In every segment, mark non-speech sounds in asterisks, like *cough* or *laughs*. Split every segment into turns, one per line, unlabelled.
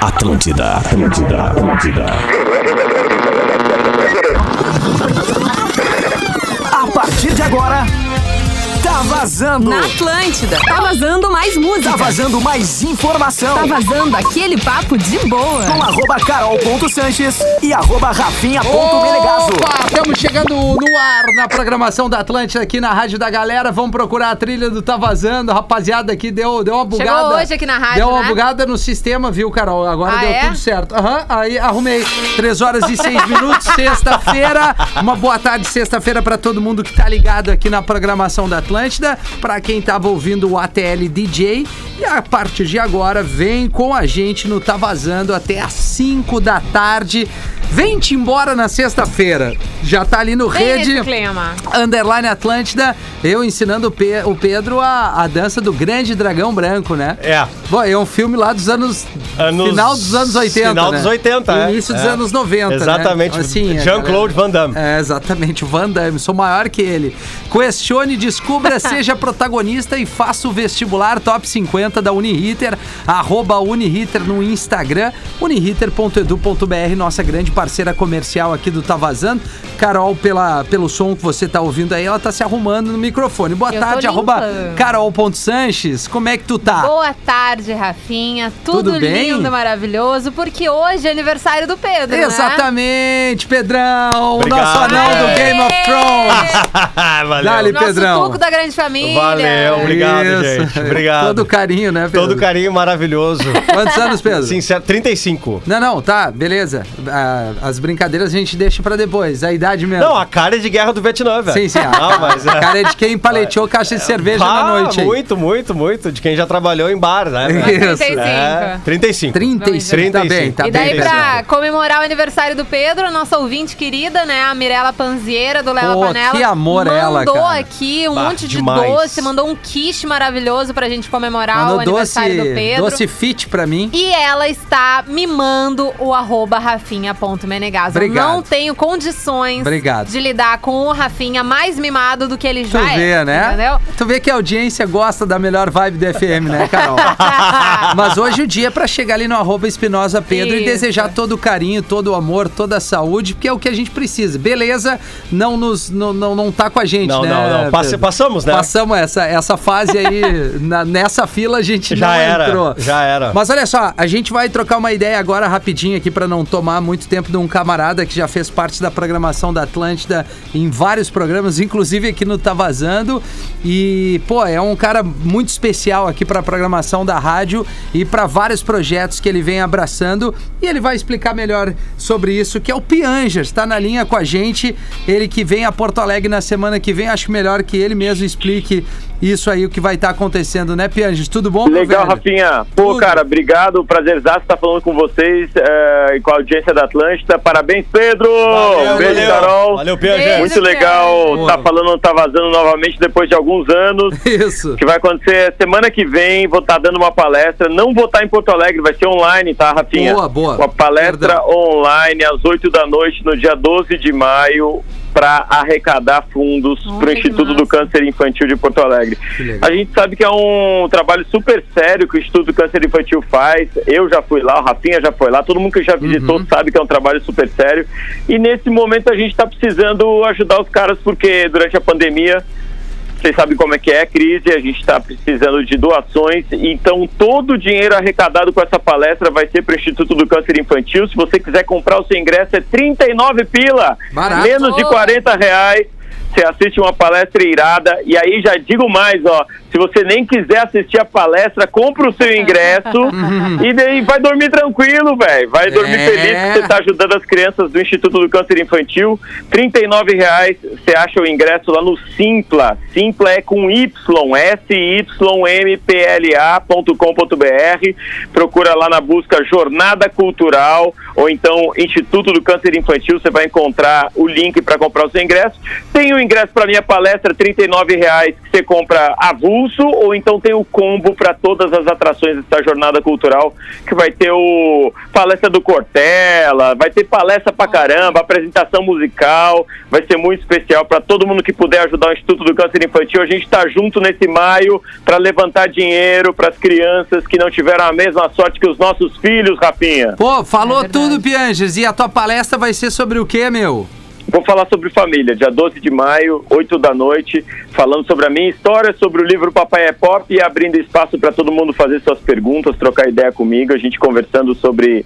Atlântida, Atlântida, Atlântida.
A partir de agora, tá vazando!
Na Atlântida, tá vazando mais música.
Tá vazando mais informação!
Tá vazando aquele papo de
com
boa.
arroba carol.sanches e arroba rafinha.melegazo.
Opa, estamos chegando no ar na programação da Atlântida aqui na Rádio da Galera. Vamos procurar a trilha do Tá Vazando. Rapaziada, aqui deu, deu uma
Chegou
bugada.
hoje aqui na rádio,
Deu uma
né?
bugada no sistema, viu, Carol? Agora
Ah,
deu
é?
tudo certo. Aham, aí arrumei. 3 horas e 6
*laughs*
minutos, sexta-feira. Uma boa tarde, sexta-feira, pra todo mundo que tá ligado aqui na programação da Atlântida. Pra quem tava ouvindo o ATL DJ. E a partir de agora, vem com a gente no Tá Vazando até às 5 da tarde. Vem-te embora na sexta-feira. Já tá ali no
Tem
Rede.
esse clima.
Underline Atlântida, eu ensinando o, Pe- o Pedro a, a dança do Grande Dragão Branco, né?
É.
Bom, é um filme lá dos anos.
Anos-
Final dos anos 80.
Final
né?
dos 80, é.
Início dos
É.
anos 90.
Exatamente.
Né? é, galera.
Jean-Claude Van Damme.
É, exatamente. Van Damme. Sou maior que ele. Questione,
*laughs*
descubra, seja protagonista e faça o vestibular top 50 da Uniriter. Arroba Uniriter no Instagram. Uniriter.edu.br, nossa grande parceira comercial aqui do Tá Vazando. Carol, pela, pelo som que você tá ouvindo aí, ela tá se arrumando no microfone. Boa
Eu tô
tarde, arroba
limpando.
carol.sanches. Como é que tu tá?
Boa tarde, Rafinha. Tudo,
Tudo bem?
lindo, maravilhoso, porque hoje é aniversário do Pedro, né?
Exatamente, Pedrão! O
Obrigado.
nosso anão do
Aê!
Game of Thrones!
*laughs* Valeu.
Dá-lhe,
Nosso
Pedrão.
cuco da grande família.
Valeu, Obrigado, gente. Obrigado.
Todo carinho, né, Pedro?
Todo carinho maravilhoso.
Quantos anos, Pedro?
Sincero, 35.
Não, não, tá, beleza. Ah, As brincadeiras a gente deixa pra depois. A idade mesmo.
Não, a cara é de guerra do Vietnã, velho.
Sim, sim. a-
Não, mas
a
é.
Cara, é de quem paleteou caixa de cerveja na
Ah,
noite. hein?
Muito, muito, muito. De quem já trabalhou em bar, né? velho?
*laughs* Isso.
35.
É,
35,
35.
tá
35.
bem, tá
E
bem.
daí,
Pedro.
pra comemorar o aniversário do Pedro, a nossa ouvinte querida, né? A Mirella Panzeira, do Léo
Pô,
Panela.
que amor é
mandou
ela, cara.
aqui um
Bah,
monte de
demais.
doce, mandou um quiche maravilhoso pra gente comemorar o
Mandou doce,
aniversário do Pedro.
doce fit pra mim.
E ela está mimando o arroba rafinha.menegaso. Eu
Obrigado.
não tenho condições
Obrigado.
de lidar com o Rafinha mais mimado do que ele
Tu
já é.
vê, né?
Entendeu?
Tu vê que a audiência gosta da melhor vibe do FM, né,
*laughs*
Carol? Mas hoje o dia é pra chegar ali no arroba Espinosa Pedro e
Isso.
desejar todo o carinho, todo o amor, toda a saúde, porque é o que a gente precisa. Beleza, não nos não, não, não tá com a gente,
Não,
né?
não, não. Passe-
Pedro?
passamos, né?
Passamos essa, essa fase aí,
*laughs*
na- nessa fila a gente
Já
não
era,
entrou.
já era.
Mas olha só, a gente vai trocar uma ideia agora rapidinho aqui pra não tomar muito tempo de um camarada que já fez parte da programação da Atlântida em vários programas, inclusive aqui no Tá Vazando. E, pô, é um cara muito especial aqui pra programação da rádio e pra vários projetos que ele vem abraçando. E ele vai explicar melhor sobre isso, que é o Piangers, tá na linha com a gente. Ele que vem a Porto Alegre na semana que vem, acho melhor que ele mesmo explique isso aí, o que vai estar acontecendo, né, Piangers? Tudo bom, meu
Legal,
velho?
Rafinha. Pô,
Tudo.
cara, obrigado. Prazerzaço estar falando com vocês eh, e com a audiência da Atlântida. Parabéns, Pedro!
Valeu,
Beijo,
valeu.
Carol.
Valeu, Pedro.
Beijo.
Muito legal
Pedro.
tá falando, tá vazando novamente depois de alguns anos.
*laughs* Isso.
O que vai acontecer é, semana que vem, vou estar dando uma palestra. Não vou estar em Porto Alegre, vai ser online, tá, Rafinha?
Boa, boa.
Uma palestra
Perdão.
online às 8 da noite, no dia 12 de maio, para arrecadar fundos
Nossa,
para o
que
Instituto do
massa.
Câncer Infantil de Porto Alegre.
Que legal.
A gente sabe que é um trabalho super sério que o Instituto do Câncer Infantil faz. Eu já fui lá, o Rafinha já foi lá, todo mundo que já visitou
Uhum.
sabe que é um trabalho super sério. E nesse momento a gente está precisando ajudar os caras, porque durante a pandemia vocês sabem como é que é a crise, a gente está precisando de doações, então todo o dinheiro arrecadado com essa palestra vai ser para o Instituto do Câncer Infantil. Se você quiser comprar o seu ingresso, é 39 pila,
Barato.
menos de 40 reais. Você assiste uma palestra irada, e aí já digo mais, ó, se você nem quiser assistir a palestra, compra o seu ingresso e daí vai dormir tranquilo, velho. Vai dormir
É.
feliz que você tá ajudando as crianças do Instituto do Câncer Infantil. R$ 39,00 você acha o ingresso lá no Simpla. Simpla é com Y, S-Y-M-P-L-A.com.br. Procura lá na busca Jornada Cultural ou então Instituto do Câncer Infantil, você vai encontrar o link para comprar o seu ingresso. Tem o ingresso para minha palestra, R$ 39,00, que você compra avulso ou então tem o combo para todas as atrações da jornada cultural, que vai ter o palestra do Cortella, vai ter palestra pra caramba, apresentação musical, vai ser muito especial para todo mundo que puder ajudar o Instituto do Câncer Infantil. A gente tá junto nesse maio para levantar dinheiro para as crianças que não tiveram a mesma sorte que os nossos filhos, Rapinha.
Pô, falou
É verdade.
tudo, Pianges. E a tua palestra vai ser sobre o quê, meu?
Vou falar sobre família, dia 12 de maio, 8 da noite, falando sobre a minha história, sobre o livro Papai é Pop e abrindo espaço para todo mundo fazer suas perguntas, trocar ideia comigo, a gente conversando sobre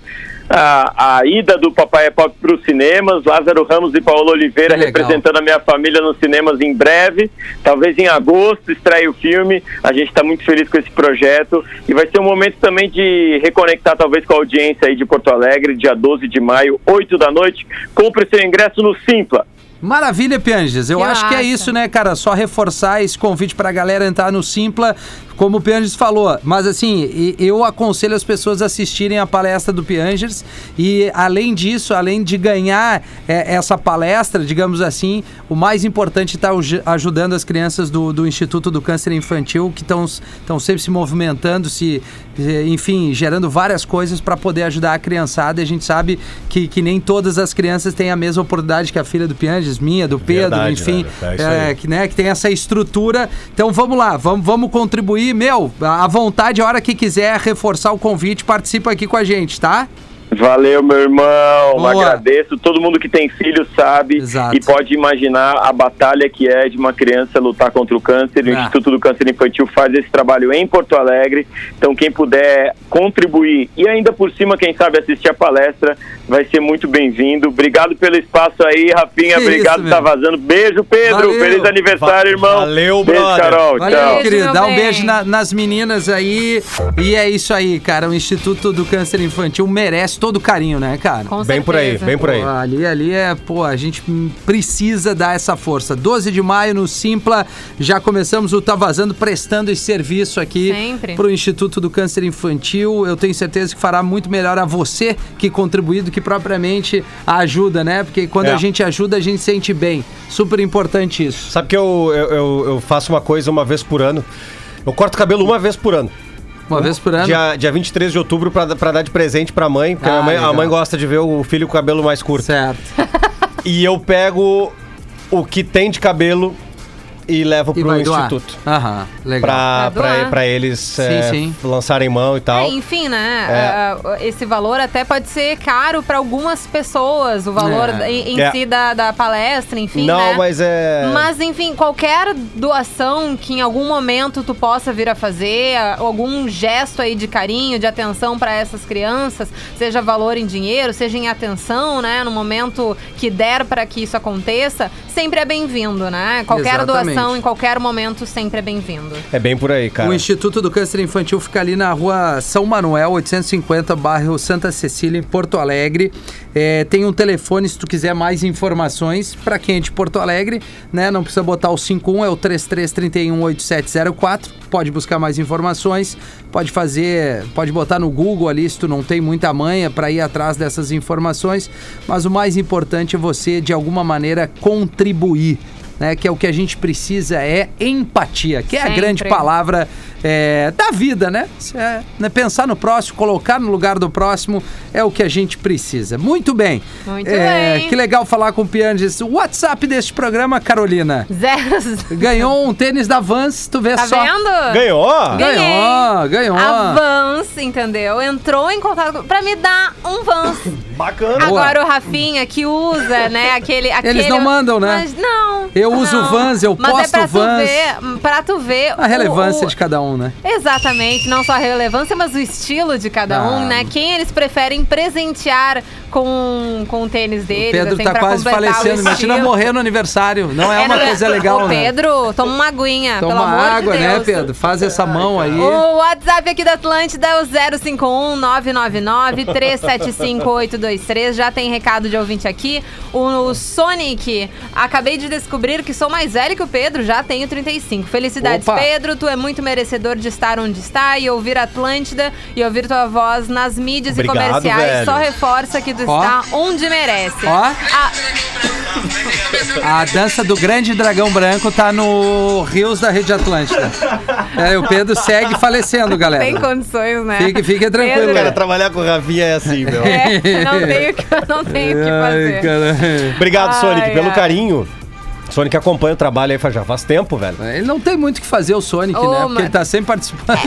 a, a ida do Papai é Pop para os cinemas, Lázaro Ramos e Paulo Oliveira
Legal.
representando a minha família nos cinemas em breve, talvez em agosto estreie o filme, a gente está muito feliz com esse projeto e vai ser um momento também de reconectar talvez com a audiência aí de Porto Alegre, dia 12 de maio, 8 da noite, compre seu ingresso no Simpla.
Maravilha, Pianges. Eu
Eu
acho que é
acho.
isso, né, cara? Só reforçar esse convite pra galera entrar no Simpla, como o Pianges falou. Mas assim, e- eu aconselho as pessoas a assistirem a palestra do Pianges. E além disso, além de ganhar é, essa palestra, digamos assim, o mais importante é tá aj- ajudando as crianças do, do Instituto do Câncer Infantil, que estão sempre se movimentando, se, eh, enfim, gerando várias coisas para poder ajudar a criançada. E a gente sabe que, que nem todas as crianças têm a mesma oportunidade que a filha do Pianges, minha, do Pedro,
Verdade,
enfim,
velho. É isso
é,
aí.
que, né, que tem essa estrutura. Então vamos lá, vamos, vamos contribuir, meu, à vontade, a hora que quiser reforçar o convite, participa aqui com a gente, tá?
Valeu, meu irmão.
Boa.
Agradeço. Todo mundo que tem filho sabe
Exato.
e pode imaginar a batalha que é de uma criança lutar contra o câncer. O
Ah.
Instituto do Câncer Infantil faz esse trabalho em Porto Alegre. Então, quem puder contribuir e ainda por cima, quem sabe assistir a palestra, vai ser muito bem-vindo. Obrigado pelo espaço aí, Rafinha.
Que
Obrigado
isso,
por tá
meu.
vazando. Beijo, Pedro.
Valeu.
Feliz aniversário,
Va-
irmão.
valeu,
Beijo,
brother.
Carol.
Valeu,
Tchau.
Beijo,
querido.
meu
Dá um
bem.
beijo na- nas meninas aí. E é isso aí, cara. O Instituto do Câncer Infantil merece todo o carinho, né, cara?
Com
Bem por aí,
certeza.
bem por aí.
Pô, ali, ali é, pô, a gente hum, precisa dar essa força. 12 de maio no Simpla, já começamos o Tá Vazando prestando esse serviço aqui
Sempre.
pro Instituto do Câncer Infantil. Eu tenho certeza que fará muito melhor a você que contribuir do que propriamente a ajuda, né? Porque quando
É.
a gente ajuda, a gente sente bem. Super importante isso.
Sabe que eu, eu, eu- eu faço uma coisa uma vez por ano. Eu corto cabelo uma vez por ano.
Uma vez por ano.
Dia, dia 23 de outubro pra, pra dar de presente pra mãe. Porque
Ah,
a, mãe, a
legal.
mãe gosta de ver o filho com o cabelo mais curto. *laughs*
Certo.
E eu pego o que tem de cabelo e levo
E
pro
vai doar.
instituto.
Aham, legal.
Pra,
Vai
pra,
doar.
pra eles é,
sim.
lançarem mão e tal.
É, enfim, né?
É.
ah, ah, Esse valor até pode ser caro para algumas pessoas, o valor
É.
em, em
É.
si da, da palestra, enfim.
Não,
né?
mas é.
Mas, enfim, qualquer doação que em algum momento tu possa vir a fazer, a- algum gesto aí de carinho, de atenção para essas crianças, seja valor em dinheiro, seja em atenção, né, no momento que der para que isso aconteça, sempre é bem-vindo, né? Qualquer
Exatamente.
doação em qualquer momento sempre é bem-vindo.
É bem por aí, cara.
O Instituto do Câncer Infantil fica ali na rua São Manuel, 850, bairro Santa Cecília, em Porto Alegre. É, tem um telefone se tu quiser mais informações. Pra quem é de Porto Alegre, né? Não precisa botar o 51, é o 33318704. Pode buscar mais informações, pode fazer, pode botar no Google ali se tu não tem muita manha pra ir atrás dessas informações. Mas o mais importante é você, de alguma maneira, contribuir. Né, que é o que a gente precisa, é empatia, que é a
Sempre.
grande palavra palavra é, da vida, né? Isso é, né? Pensar no próximo, colocar no lugar do próximo é o que a gente precisa. Muito bem.
Muito
É,
bem.
Que legal falar com o Pianges. O WhatsApp deste programa, Carolina,
Zero.
ganhou um tênis da Vans, tu vê
*laughs* Tá
só.
vendo?
Ganhou!
Ganhei.
Ganhou, ganhou.
A Vans, entendeu? Entrou em contato com- pra me dar um Vans.
Bacana!
Boa.
Agora o Rafinha que usa, né, aquele, aquele...
não mandam, né?
Mas não.
Eu uso
não.
Vans, eu
Mas
posto
é pra
Vans.
Tu ver, pra tu ver...
A relevância
o-
de cada um, né?
Exatamente, não só a relevância, mas o estilo de cada
Ah.
um, né? Quem eles preferem presentear com, com o tênis deles,
O Pedro
assim,
tá
pra
quase
completar o
falecendo. Imagina
estilo.
morrer no aniversário. Não é uma
no-
coisa legal,
o
né?
Pedro, toma uma aguinha,
Toma
pelo amor
água,
de
né,
Deus.
Pedro? Faz essa mão aí.
O WhatsApp aqui da Atlântida é o 051-999-375-823. Já tem recado de ouvinte aqui. O Sonic, acabei de descobrir que sou mais velho que o Pedro, já tenho 35. Felicidades,
Opa.
Pedro. Tu é muito merecedor de estar onde está e ouvir a Atlântida e ouvir tua voz nas mídias
Obrigado,
e comerciais.
velho.
Só reforça que tu
Ó.
Ah, está onde merece.
Ó.
A-
A dança do grande dragão branco tá no Rios da Rede Atlântica. É, o Pedro segue falecendo, galera.
Tem condições, né?
Fique- fique tranquilo,
Pedro,
Cara, trabalhar com o Rafinha é assim, meu.
É, não tenho o que, não tenho o que
Ai,
fazer.
cara.
Obrigado,
Ai,
Sonic, pelo
ai.
carinho. Sonic acompanha o trabalho aí faz- já faz tempo, velho.
Ele não tem muito o que fazer, o Sonic,
Ô,
né? Porque
mano.
ele tá sempre participando.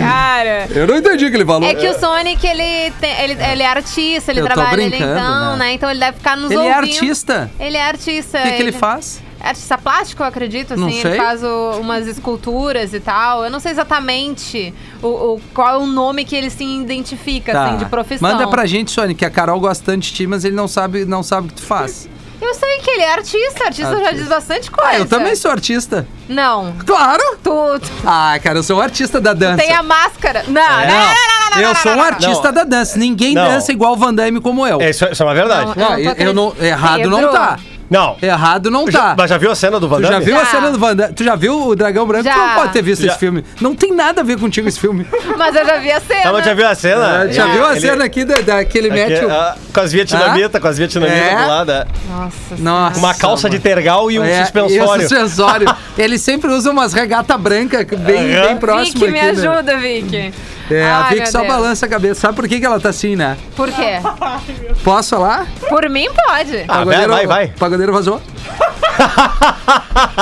Cara.
Eu não entendi o que ele falou.
É que o Sonic, ele, tem- ele, ele é artista, ele
Eu tô
trabalha ele
brincando,
então,
né?
né? Então ele deve ficar nos
Ele é
ouvindo.
artista.
Ele é artista.
O que, que ele faz?
Artista plástico, eu acredito, assim.
Não sei.
Ele faz o- umas esculturas e tal. Eu não sei exatamente o, o- qual é o nome que ele se identifica, assim, de profissão.
Tá. Manda pra gente, Sonic, que a Carol gosta tanto de ti, mas ele não sabe, não sabe o que tu faz.
Eu sei que ele é artista, artista já
Artista.
diz bastante coisa.
Ah, eu também sou artista.
Não.
Claro!
Tu, tu
Ah, cara, eu sou um artista da dança. É,
tem a máscara. Não, não, não, não, não, não,
eu
não,
sou um
não, não.
artista da dança. Ninguém
Não.
dança igual o Van Damme como eu.
É, isso, isso é uma verdade.
Não,
Não,
eu
eu,
não tô
não.
acreditando.
Errado não
Pedro.
tá.
Não.
Errado não
Já-
tá.
mas já viu a cena do Van
Tu já
Damme?
viu a
Já.
cena do Van Damme? Tu já viu o Dragão Branco?
Já.
Tu não pode ter visto
Já.
esse filme. Não tem nada a ver contigo esse
*laughs*
filme.
Mas eu já vi a cena.
Ah, mas já viu a cena?
Ah, já
Ele-
viu a
é. ele-
cena aqui da, da, que ele
aqui,
mete o...
ah, com as vietnamitas, com as vietnamitas
É.
do lado. é.
Nossa.
Nossa,
Uma calça de
mano.
tergal e um
É, E
suspensório.
o
*laughs*
suspensório. ele sempre usa umas regata branca bem,
Aham.
bem próxima
Vicky, me
aqui, né?
ajuda, Vicky.
É, a
Ai,
Vic
meu
só
Deus.
balança a cabeça. Sabe por que, que ela tá assim, né?
Por quê?
Posso falar?
Por mim, pode.
Ah, vai, vai, vai.
O pagodeiro
*laughs*
vazou.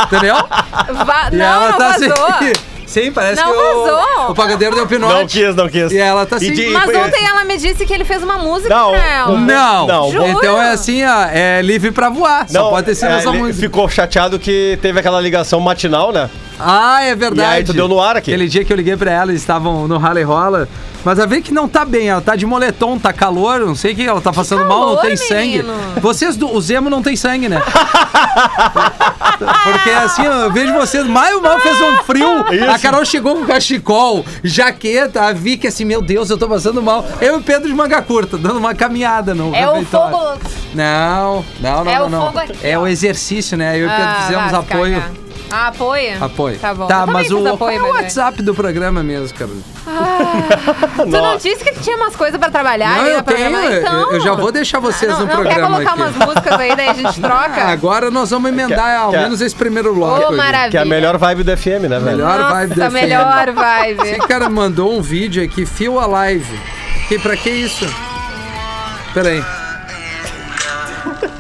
Entendeu? *laughs*
Va- não,
tá
não vazou.
assim. Sim, parece
Não
que o-
vazou.
o pagodeiro deu pinote.
Não quis, não quis.
E ela tá assim,
de-
*laughs* Mas
foi-
ontem ela me disse que ele fez uma música
Não,
pra ela.
Não.
Não. Juro?
Então é assim, ó, é livre pra voar. Só pode ter sido
é,
essa
ele
música.
Ficou chateado que teve aquela ligação matinal, né?
Ah, é verdade.
E aí tu deu no ar aqui.
Aquele dia que eu liguei pra ela, eles estavam no rally rola. Mas a ver que não tá bem, ela tá de moletom, tá calor, não sei o que, ela tá passando mal, não
calor,
tem
menino.
sangue. Vocês, do, o Zemo não tem sangue, né? Porque assim, eu vejo vocês, mal mal fez um frio. A Carol chegou com cachecol, jaqueta, a Vicky assim, meu Deus, eu tô passando mal. Eu e o Pedro de manga curta, dando uma caminhada no
É o
então.
refeitório.
fogo-
Não, não, não,
É
não.
o
não.
fogo aqui,
é
ó.
o exercício, né? Eu e o Pedro
Ah,
fizemos
vai ficar
apoio.
cá. Ah, apoia?
Apoio.
Tá bom.
Tá,
Eu também
mas
fiz
o,
apoio,
qual é o
mas é.
WhatsApp do programa mesmo, cara?
Tu não disse que tinha umas coisas Tá, pra trabalhar?
não,
aí
eu
no programa?
tenho. eu-
Então.
Eu já vou deixar vocês
não,
no
não quer
programa
colocar
aqui.
umas músicas aí, daí a
*laughs*
gente
Ah,
troca?
Agora nós vamos emendar
Quer-
ao
quer-
menos esse primeiro
Ô,
bloco. aqui.
maravilha.
Que é a melhor vibe do FM, né, velho?
Melhor
Nossa,
vibe da
melhor
Esse *laughs*
vibe.
cara mandou um vídeo aqui, fio a live. Que, pra que isso? Peraí,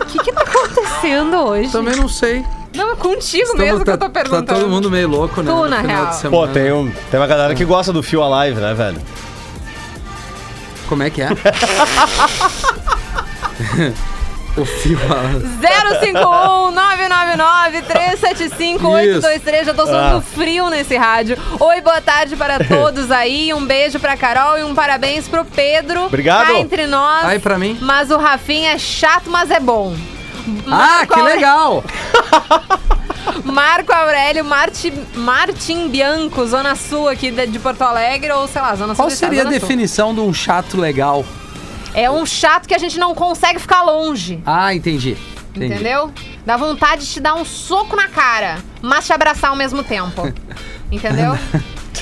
O que que tá acontecendo hoje?
também não sei.
Não, é contigo
Estamos-
mesmo que
tá,
eu tô
tá
perguntando.
todo mundo meio louco, né?
Tu,
no
na
final
real.
de
Pô,
semana.
tem, um, tem uma galera que gosta do Fio Alive, né, velho? um.
Como é *laughs* que
*laughs*
é? o fio a live.
051-999-375-823. Já tô
Ah.
sentindo frio nesse rádio. Oi, boa tarde
*laughs*
para todos aí. Um beijo pra Carol e um parabéns pro Pedro.
Obrigado.
Tá entre nós.
Ai, pra mim.
Mas o Rafinha é chato, mas é bom.
Ah, que
Aurélio-
legal!
Marco Aurélio Marti, Martim Bianco, Zona Sul aqui de, de Porto Alegre, ou sei lá, Zona Sul.
Qual
do estado,
seria a
Zona Sul.
definição de um chato legal?
É um chato que a gente não consegue ficar longe.
Ah, entendi. entendi.
Entendeu? Dá vontade de te dar um soco na cara, mas te abraçar ao mesmo
*laughs*
tempo. Entendeu?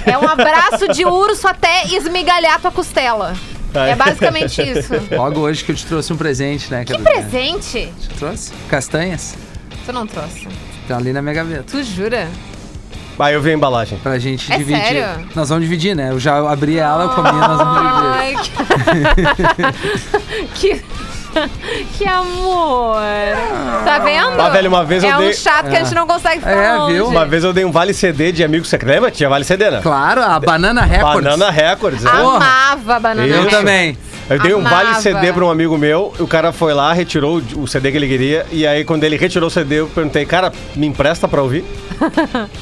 É um abraço de urso até esmigalhar tua costela.
Tá.
É basicamente isso.
Logo hoje que eu te trouxe um presente, né,
Que
Carolina?
presente!
Te trouxe? Castanhas?
Tu não trouxe.
Estão ali na minha gaveta.
Tu jura?
*laughs* Aí eu vi a embalagem.
Pra gente
É
dividir.
sério? Ah.
Nós vamos dividir, né? Eu já abri ela, eu comi, nós vamos dividir.
Ai, que... que... *laughs* Que *laughs* amor! Tá vendo?
Ah, velho, uma vez eu
é
dei-
um chato que a gente não consegue ficar
É,
longe.
viu?
Uma vez eu dei um vale CD de amigo secreto. Lembra? Tinha vale CD, né?
Claro, a Banana Records.
Banana Records. né?
Amava a banana.
Eu
Isso.
Hamilton.
também.
Eu dei um
Amava.
vale CD pra um amigo meu, e o cara foi lá, retirou o- o CD que ele queria, e aí quando ele retirou o CD, eu perguntei, cara, me empresta pra ouvir?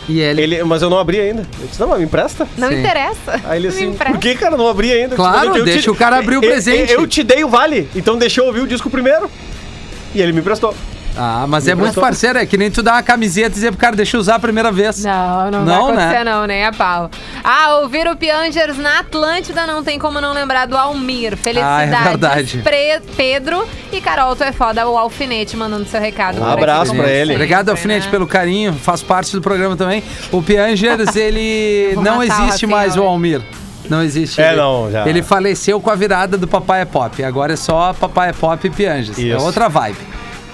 E ele...
Ele, mas eu não abri ainda. Eu disse, não, mas me empresta.
Não
Sim.
interessa.
Aí ele
Não me
assim,
empresta.
por que, cara, não abri ainda? Eu disse,
Claro,
mas eu
deixa o cara abrir o
Eu- eu-
presente.
Eu, te dei o vale, então deixa eu ouvir o disco primeiro. E ele me emprestou.
Ah, mas é muito
emprestou.
parceiro. É que nem tu dar uma camiseta e dizer pro cara, deixa eu usar a primeira vez.
Não,
Não,
não, vai
né?
acontecer não, nem a pau. Ah, ouvir o Piangers na Atlântida não tem como não lembrar do Almir. Felicidades,
Ah, é verdade.
Pre- Pedro e Carol, tu é foda, o Alfinete mandando seu recado.
Um
por aqui,
abraço
como
pra ele.
sempre,
Obrigado,
né?
Alfinete, pelo carinho.
*laughs*
Faz parte do programa também. O Piangers, ele
vou
não
matar o
existe
Rafinha
mais, o
hoje.
Almir. Não existe.
É,
ele.
não, já.
Ele faleceu com a virada do Papai é Pop. Agora é só Papai é Pop e Pianjas. É
Isso.
outra vibe.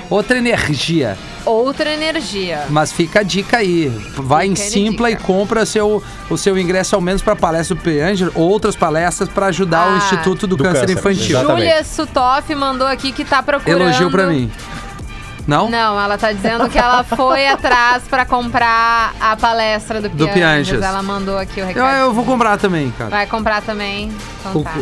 Outra energia.
Outra energia.
Mas fica a dica aí. Vai em
Fica a
Simpla e
dica.
compra seu, o seu ingresso, ao menos para a palestra do Pianjas, outras palestras para ajudar o
Ah.
Instituto do,
Do
Câncer,
Câncer,
Infantil.
exatamente.
Júlia Sutoff mandou aqui que tá procurando.
Elogio para mim. Não?
Não, ela tá dizendo que ela foi atrás pra comprar a palestra do
Do
Pianjas.
Pianjas.
Ela mandou aqui o
Eu,
recado.
eu vou comprar também, cara.
Vai comprar também. Então
O-
tá.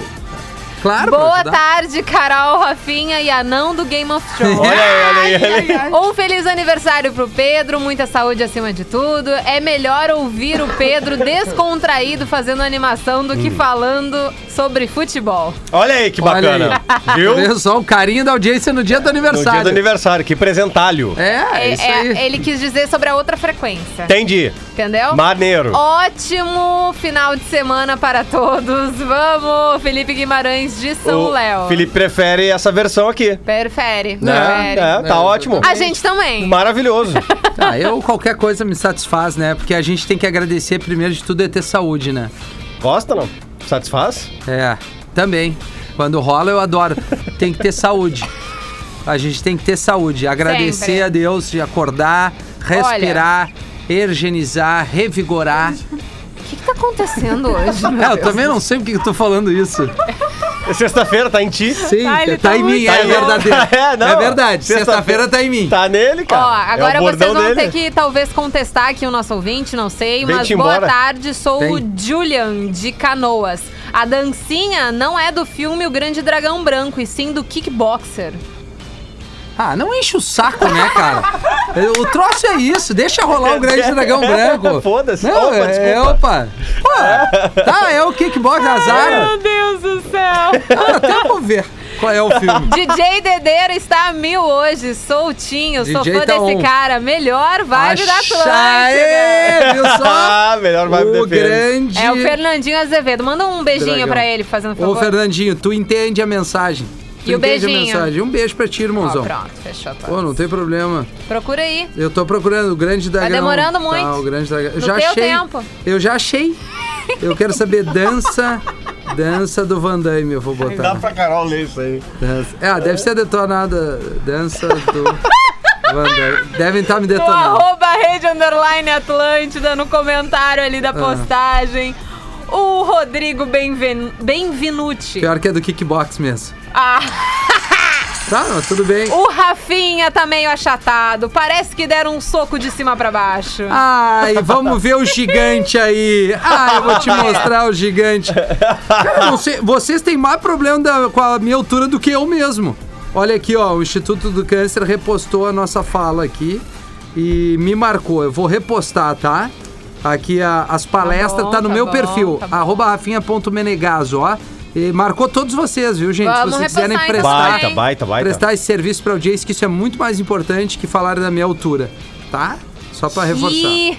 Claro, pra
Boa
ajudar.
tarde, Carol, Rafinha e Anão do Game of Thrones.
Olha aí, olha aí, olha aí.
Um feliz aniversário pro Pedro, muita saúde acima de tudo. É melhor ouvir o
*laughs*
Pedro descontraído fazendo animação do que
Hum.
falando sobre futebol.
Olha aí que
Olha
bacana.
aí. *laughs*
Viu?
Olha só, o carinho da audiência no dia do
No dia
aniversário.
do aniversário, que presentalho.
É, é, isso
É,
aí.
ele quis dizer sobre a outra frequência.
Entendi.
Entendeu?
Maneiro.
Ótimo final de semana para todos. Vamos, Felipe Guimarães de São
O
então, Léo.
Felipe prefere essa versão aqui.
Perfere.
Né?
Perfere.
É,
É,
tá ótimo.
A gente também.
Maravilhoso.
tá-
Ah, eu qualquer coisa me satisfaz, né? Porque a gente tem que agradecer primeiro de tudo é ter saúde, né?
Gosta, não? Satisfaz?
É, também. Quando rola, eu adoro. Tem que ter saúde. A gente tem que ter saúde. Agradecer
Sempre.
a Deus de acordar, respirar, higienizar, revigorar.
O que, que tá acontecendo hoje?
*laughs*
meu
É, eu
Deus?
também não sei por que que eu tô falando isso.
Sexta-feira tá em ti.
Sim,
Ah, ele
tá,
tá
em
muito
mim,
Tá
é
em-
verdadeiro.
*laughs* É, não.
É verdade.
Sexta-feira-
Sexta-feira tá em mim.
Tá nele,
Ó,
cara.
agora
é o
vocês
bordão
vão
dele.
ter que talvez contestar aqui o nosso ouvinte, não sei,
Vem
mas
te
boa
embora.
tarde, sou
Vem.
o Julian de Canoas. A dancinha não é do filme O Grande Dragão Branco, e sim do Kickboxer.
Ah, não enche o saco, né, cara? o troço é isso, deixa rolar o grande
*laughs*
dragão branco.
É, Foda-se.
Não,
Opa,
é,
desculpa.
opa. Pô, tá, é o kickbox
É.
azar.
Deus do *laughs* céu!
Ah, Até vou ver qual é o filme.
DJ Dedeiro está a mil hoje, soltinho, sou
DJ
fã
tá
um
desse
on.
cara. Melhor vibe da
Acha-
Atlântica!
Aê, viu só?
*laughs* Ah, melhor vibe
o
do grande...
grande...
É o Fernandinho Azevedo. Manda um beijinho
Dragão.
pra ele, fazendo
Ô,
favor.
Fernandinho, tu entende a mensagem. Tu
E o
entende
beijinho?
A mensagem. Um beijo pra ti,
Ó,
irmãozão.
pronto, fechou. Tá.
Pô, não tem problema.
Procura aí.
Eu tô procurando o grande dragão.
demorando
Tá,
muito.
o grande dragão. Eu
No
já
teu
achei.
tempo.
Eu já achei. Eu quero saber dança. Dança do Van Damme, eu vou botar.
Dá pra Carol ler isso aí.
Dança. Ah, deve ser detonada. Dança do Van Damme. Devem estar me
No
detonando.
Então, arroba rede underline Atlântida, no comentário ali
Ah.
da postagem. O Rodrigo Benven Benvenuti.
Pior que é do kickbox mesmo.
Ah,
Tá, mas tudo bem.
o Rafinha tá meio achatado. Parece que deram um soco de cima pra baixo.
Ah, Ai, vamos ver o gigante aí. Ai, eu vou
*laughs*
te mostrar o gigante. Cara, eu não sei- vocês têm mais problema da- com a minha altura do que eu mesmo. Olha aqui, ó, o Instituto do Câncer repostou a nossa fala aqui e me marcou. Eu vou repostar, tá? Aqui a- as palestras, tá,
bom,
no
tá
meu
bom,
perfil,
tá bom.
arroba rafinha.menegaso, ó. E marcou todos vocês, viu, gente?
Vamos
Se vocês quiserem
repostar, então,
prestar
Baita,
hein?
baita, baita.
prestar esse serviço pra audiência, que isso é muito mais importante que falar da minha altura, tá? Só pra reforçar.
E...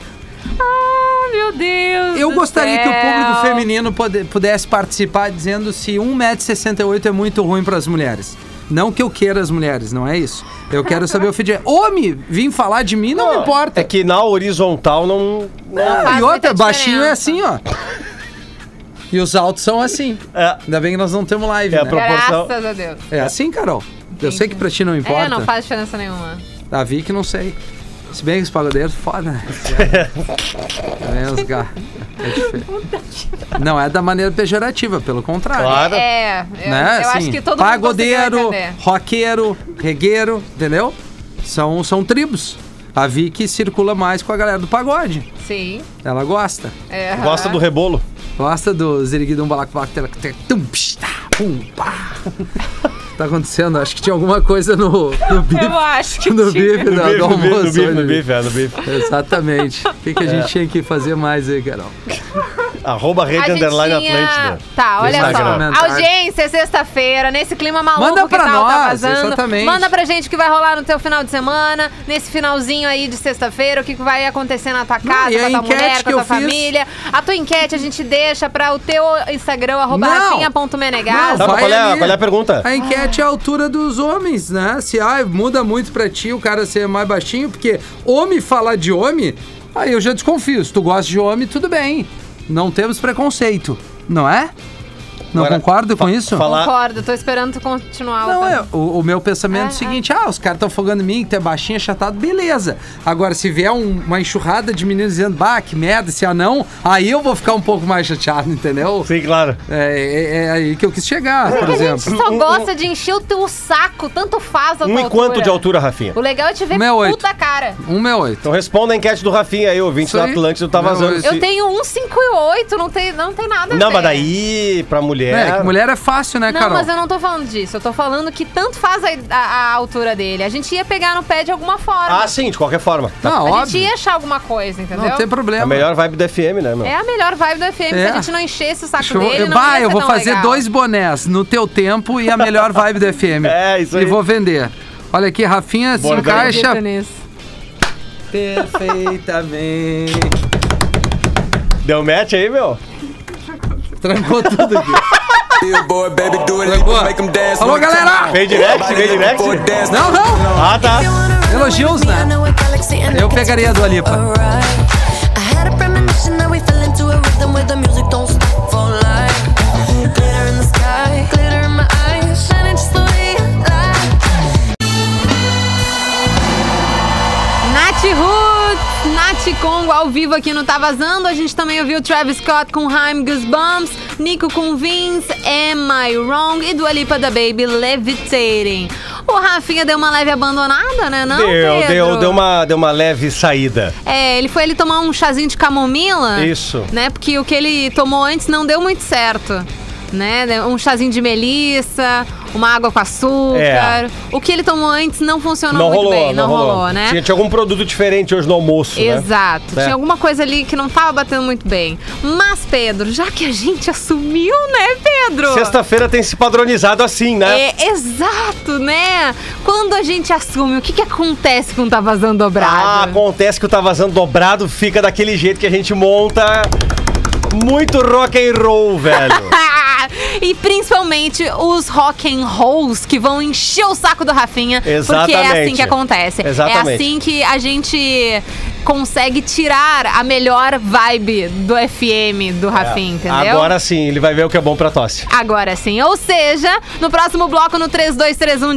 Ah, meu Deus.
Eu
do
gostaria que o
céu.
público feminino pode- pudesse participar dizendo se 1,68m é muito ruim para as mulheres. Não que eu queira as mulheres, não é isso. Eu quero
*laughs*
saber o feedback. Homem, vim falar de mim, não, importa.
É que na horizontal não.
Ah,
faz
e outra,
muita
baixinho é
diferença.
assim, ó. E os altos são assim.
É.
Ainda bem que nós não temos live,
É a
né?
pro- proporção-
Graças a Deus.
É assim, Carol. Eu sei que pra ti não importa.
É, não faz diferença nenhuma.
A Vicky, não sei. Se bem que os pagodeiros, foda.
*laughs*
né? Também os gar- é diferente. Não é da maneira pejorativa, pelo contrário.
Claro.
É, eu,
Né?
eu
Assim,
acho que todo
Pagodeiro,
mundo conseguiu entender.
roqueiro, regueiro, entendeu? São, são tribos. A Vicky circula mais com a galera do pagode.
Sim.
Ela gosta.
é.
Gosta do rebolo.
Gosta do ziriguidum balacobaco. tela- te- tum, psh, tá, pum, pá. Tá acontecendo? Acho que tinha alguma coisa no, no bife.
Eu acho que
No
tinha.
bife do, do
no bife,
almoço.
no bife,
hoje.
no bife, é, no bife.
Exatamente. O que, que a
É.
gente tinha que fazer mais aí, Carol?
Arroba rede
A gente
underline né?
tinha-
Atlântida.
Tá, olha
Deixa eu
só.
comentar.
Audiência, sexta-feira, nesse clima maluco
Manda pra
que tal, tá
nós,
vazando.
exatamente.
Manda pra gente o que vai rolar no teu final de semana, nesse finalzinho aí de sexta-feira, o que que vai acontecer na tua casa,
e a
com a tua
enquete
mulher,
que
com a
eu
tua
fiz?
família. A tua enquete a gente deixa pra o teu Instagram, arroba
Não.
rafinha.menegas.
Não,
Sabe
Vai
qual é, a-
ali.
qual é a pergunta?
A enquete é a altura dos homens, né? Se ah, muda muito pra ti o cara ser mais baixinho, porque homem falar de homem, aí eu já desconfio. Se tu gosta de homem, tudo bem. Não temos preconceito. não é? Não
Agora,
concordo com
fa-
isso?
fala- Falar-
Concordo, tô esperando tu continuar.
Não,
Lucas.
é, o, o meu pensamento é, o seguinte: ah, os caras estão afogando em mim, que tu é baixinho, achatado, beleza. Agora, se vier um- uma enxurrada de meninos dizendo, bah, que merda, esse anão, aí eu vou ficar um pouco mais chateado, *laughs* entendeu?
Sim, claro.
É, é- é aí que eu quis chegar, por
Porque a
exemplo.
gente só gosta de encher o teu saco, tanto faz a
Um
tua
e quanto de altura, Rafinha?
O legal é te ver
Meu
puta cara.
168.
Então responda a enquete do Rafinha aí, ouvinte
Isso
da
aí.
Atlântida, tá
Não,
vazando.
eu-
se-
Eu tenho 1,58, não tem, não tem nada a
Não,
ver.
mas daí, pra mulher.
É, que mulher é fácil, né,
Não,
Carol?
mas eu não tô falando disso. Eu tô falando que tanto faz a, a- a altura dele. A gente ia pegar no pé de alguma forma.
Ah, sim, de qualquer forma. Tá.
Não,
a
óbvio.
gente ia achar alguma coisa, entendeu?
Não tem problema.
A melhor vibe do FM, né, meu?
É a melhor vibe do FM. Se
É.
a gente não enchesse o saco
Acho que eu vou-
dele, não
bah,
ia
eu
ser
vou
tão
fazer
legal.
dois bonés no teu tempo e a melhor vibe do FM.
*laughs* É, isso aí.
E vou vender. Olha aqui, Rafinha se
Bordão.
encaixa
Acredito nisso.
perfeitamente.
Deu match aí, meu?
Trancou tudo aqui.
Boy, baby, do it.
Trancou.
Make 'em dance.
Alô, galera!
Vem direct, vem direct.
Before dance.
Não, não!
Ah, tá.
Elogios, né? Eu pegaria a Dua Lipa.
Nath Roots, Nath Congo ao vivo aqui no Tá Vazando. A gente também ouviu Travis Scott com Haim Goosebumps, Nico com Vince, Am I Wrong e Dua Lipa da Baby Levitating. O Rafinha deu uma leve abandonada, né? Não,
Deu,
Pedro?
deu, deu uma, deu uma leve saída.
É, ele foi ele tomar um chazinho de camomila.
Isso.
Né? Porque o que ele tomou antes não deu muito certo. Né? Um chazinho de melissa, uma água com açúcar.
É.
O que ele tomou antes não funcionou
Não
muito
rolou,
bem.
não rolou.
né?
Tinha, tinha algum produto diferente hoje no almoço, né?
Exato.
É.
Tinha alguma coisa ali que não tava batendo muito bem. Mas, Pedro, já que a gente assumiu, né, Pedro?
Sexta-feira tem se padronizado assim, né?
É, exato, né? Quando a gente assume, o que que acontece com tá vazando
Ah,
dobrado?
acontece que o tá vazando dobrado, fica daquele jeito que a gente monta. Muito rock and roll,
*laughs*
velho.
*laughs* e principalmente os rock and rolls que vão encher o saco do Rafinha, porque é assim
Exatamente.
que acontece.
Exatamente.
É assim que a gente consegue tirar a melhor vibe do FM do Rafinha, Assim, entendeu?
É. Agora sim, ele vai ver o que é bom pra tosse.
Agora sim. Ou seja, no próximo bloco, no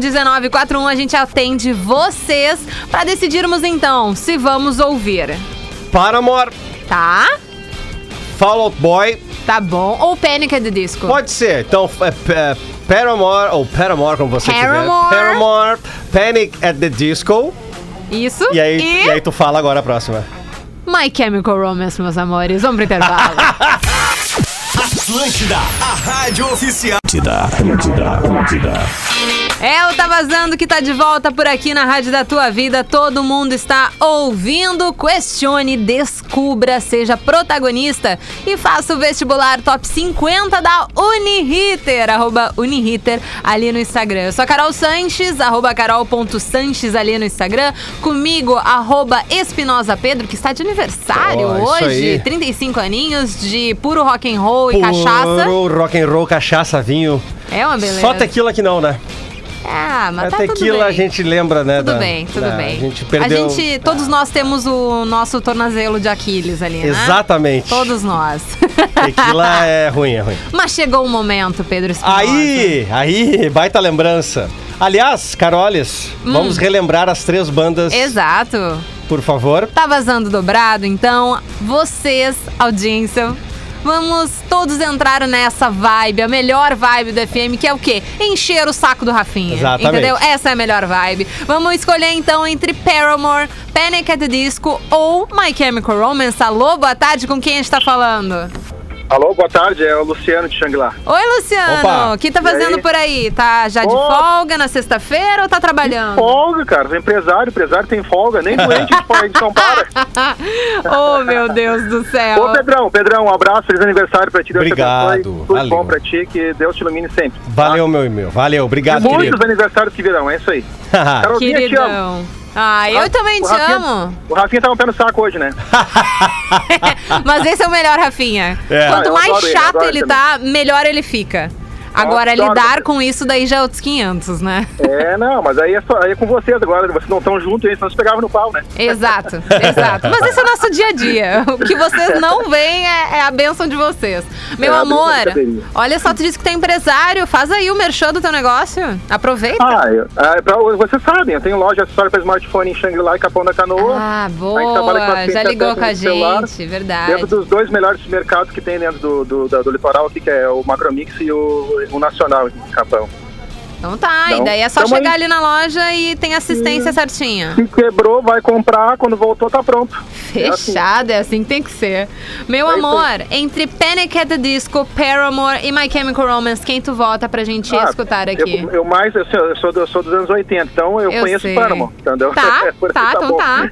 32311941, a gente atende vocês pra decidirmos então se vamos ouvir.
Paramore,
Tá?
Fall Out Boy,
Tá bom. Ou Panic at the Disco.
pode ser. Então, é, é, Paramore, ou Paramore, como você
Paramore.
quiser. Paramore, Panic at the Disco.
Isso.
E aí, e aí tu fala agora a próxima.
My Chemical Romance, meus amores. Vamos pro
*laughs*
intervalo.
Atlântida, Atlântida, Atlântida.
É, o Tá Vazando que tá de volta por aqui na Rádio da Tua Vida. Todo mundo está ouvindo. Questione, descubra, seja protagonista e faça o vestibular top 50 da Uniriter, arroba Uniriter ali no Instagram. Eu sou a Carol Sanches, arroba carol.sanches ali no Instagram. Comigo, arroba Espinosa Pedro, que está de aniversário
Ó, isso
hoje.
aí.
35 aninhos de puro rock and roll e cachaça.
Puro rock and roll, cachaça, vinho.
É uma beleza.
Só tequila que não, né?
Ah, mas
a
tá tudo
tequila
bem.
a gente lembra, né?
Tudo
da-
bem, tudo
da-
bem.
A gente perdeu.
A gente- todos nós temos o nosso tornozelo de Aquiles ali, né?
Exatamente.
Todos nós.
Tequila é ruim, é ruim.
*laughs* Mas chegou o momento, Pedro Espinosa.
Aí, aí, baita lembrança. Aliás, Carolis, vamos relembrar as três bandas,
Hum. Exato.
por favor.
Tá vazando dobrado, então vocês, audiência, vamos todos entrar nessa vibe, a melhor vibe do FM, que é o quê? Encher o saco do Rafinha.
Exatamente.
Entendeu? Essa é a melhor vibe. Vamos escolher então entre Paramore, Panic at the Disco ou My Chemical Romance. Alô, boa tarde, com quem a gente tá falando?
Alô, boa tarde, é o Luciano de Xanglar.
Oi, Luciano!
Opa!
O que tá fazendo
E aí?
por aí? Tá já de
Ô!
folga na sexta-feira ou tá trabalhando? *laughs* Ô,
Folga, cara, sou empresário, empresário tem folga, nem doente o
*laughs*
edição para.
oh, meu Deus do céu!
Ô, Pedrão, Pedrão, um abraço, feliz aniversário pra ti, Deus
Obrigado,
te abençoe. Tudo
valeu.
bom pra ti, que Deus te ilumine sempre.
Valeu, meu e-mail. Valeu,
E
obrigado,
muitos
querido.
aniversários que virão, é isso aí.
*laughs*
Carolzinha, te amo.
Queridão! Ah, eu
Ra-
também
o
te
Rafinha-
amo!
*laughs*
*laughs*
O Rafinha tá um pé no saco hoje, né?
Mas esse é o melhor, Rafinha.
É.
Ah,
Quanto
eu
mais
adoro ele,
chato
adoro
ele
ele
tá, melhor ele fica. Agora,
Nossa,
lidar
droga.
com isso daí já é outros 500, né?
É, não, mas aí é, só, aí é com vocês agora, vocês não estão juntos, aí, senão vocês pegavam no pau, né?
Exato, exato. Mas esse é o nosso dia a dia. O que vocês não veem é, é a benção de vocês. Meu
É a
amor,
brincadeirinha.
olha só, tu disse que tu é empresário. Faz aí o merchan do teu negócio. Aproveita.
Ah, eu, ah, pra- vocês sabem, eu tenho loja acessório para smartphone em Shangri-La e Capão da Canoa.
Ah,
é? A gente trabalha com
boa. Já
assistência
ligou com a
técnica de celular.
gente, verdade.
Dentro dos dois melhores mercados que tem dentro do, do, da- do litoral aqui, que é o Macromix e o, o Nacional em Capão.
Então tá, e
Não.
daí é só
Tamo
chegar
aí.
ali na loja e tem assistência certinha.
Se quebrou, vai comprar, quando voltou tá pronto. É assim.
Fechada, é assim que tem que ser. Meu
É isso
amor, entre Panic at the Disco, Paramore e My Chemical Romance, quem tu vota pra gente
Ah,
escutar aqui?
Eu, eu mais, assim, eu sou, do- eu sou dos anos 80, então eu,
Eu
conheço
sei.
o Paramount, entendeu? *laughs* É
Tá,
Por aí
tá, então
bom.
tá.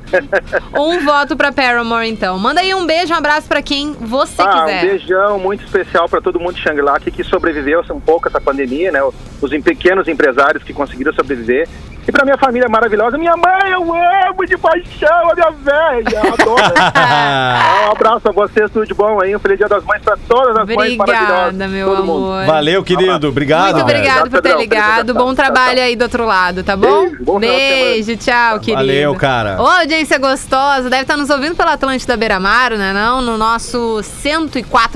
*laughs*
Um voto pra Paramore, então. Manda aí um beijo, um abraço pra quem você
ah,
quiser.
um beijão muito especial para todo mundo de Shangri-La que, que sobreviveu um pouco essa pandemia, né? Os em- pequenos empresários que conseguiram sobreviver. E para minha família maravilhosa, minha mãe, eu amo de paixão, a minha velha, eu adoro.
*laughs*
Ah, um abraço a vocês, tudo de bom aí. Um feliz dia das mães para todas as mães maravilhosas.
Obrigada, meu
todo
amor.
*laughs*
mundo.
Valeu, querido. Obrigado.
Muito
velho.
obrigado
Obrigado,
por ter
Pedrão.
ligado. Bom
Tchau,
trabalho
tchau.
aí do outro lado, tá bom?
Beijo, bom final de
Beijo, tchau, querido.
Valeu, cara.
Ô, audiência gostosa, deve estar nos ouvindo pela Atlântida Beira Mar, né não? No nosso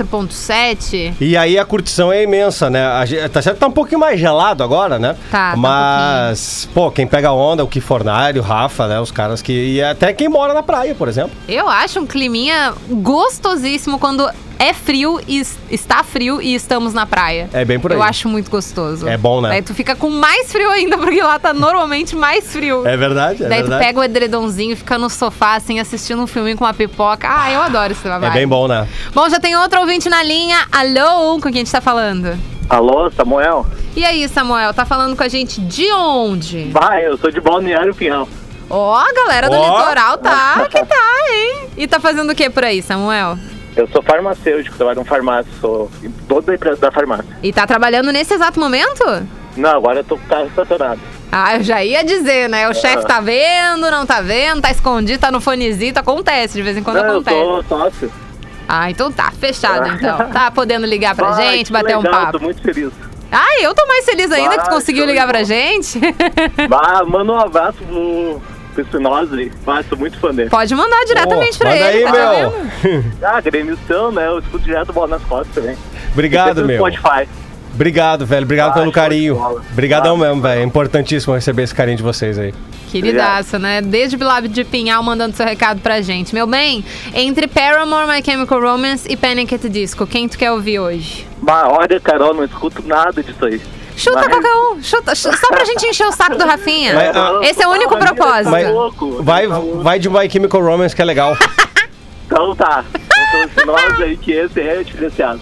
104.7.
E aí a curtição é imensa, né? A gente- tá certo que tá um pouquinho mais gelado agora, né?
Tá, tá um
Mas, pô, quem pega onda, é o Kifornari, o Rafa, né? Os caras que. E até quem mora na praia, por exemplo.
Eu acho um climinha gostosíssimo quando é frio e es- está frio e estamos na praia.
É bem por aí.
Eu acho muito gostoso.
É bom, né?
Daí tu fica com mais frio ainda, porque lá tá normalmente mais frio.
É verdade, é
Daí
verdade.
tu pega o edredomzinho, fica no sofá, assim, assistindo um filminho com uma pipoca. Ah, eu adoro esse trabalho.
É bem bom, né?
Bom, já tem outro ouvinte na linha. Alô, com quem a gente tá falando?
Alô, Samuel?
E aí, Samuel, tá falando com a gente de onde?
Vai, eu sou de Balneário Pinhal.
Ó, a galera do
Ó.
litoral tá que tá, hein? E tá fazendo o que por aí, Samuel?
Eu sou farmacêutico, trabalho em farmácia, sou dono da empresa da farmácia.
E tá trabalhando nesse exato momento?
Não, agora eu tô com o carro estacionado.
Ah, eu já ia dizer, né? O chefe tá vendo, não tá vendo, tá escondido, tá no fonezinho, acontece, de vez em quando
Não, eu
acontece.
tô sócio.
Ah, então tá, fechado então. Tá podendo ligar pra
Vai,
gente,
que
bater um
legal,
papo.
Tô muito feliz.
Ah, eu tô mais feliz ainda que tu
Vai,
conseguiu
show
ligar
de
pra
bola.
gente. *laughs*
Bah, manda um abraço pro, pro Spinoza. Bah, sou muito fã dele.
Pode mandar diretamente
Pô,
pra
manda
ele, tá
aí, meu.
vendo?
Ah, gremistão, né? Eu escuto direto bola nas costas também.
Obrigado,
Sempre no
meu.
Spotify.
Obrigado, velho. Obrigado
Ah,
pelo
show de
carinho.
bola.
Obrigadão
Ah,
mesmo, velho. É importantíssimo receber esse carinho de vocês aí.
Queridaço, né? Desde Bilab de Pinhal mandando seu recado pra gente. Meu bem, entre Paramore, My Chemical Romance e Panic! at the Disco, quem tu quer ouvir hoje?
Bah, olha, Carol, não escuto nada disso aí.
Chuta
Vai.
qualquer um, chuta, chu- só pra gente encher o saco do Rafinha.
Mas, ah,
Esse é o único
Ah, mas
propósito.
Tá
Mas-
louco.
Vai,
Tá louco.
vai de My Chemical Romance, que
*laughs*
é legal.
Então tá. Então, Spinoza aí, que esse é diferenciado.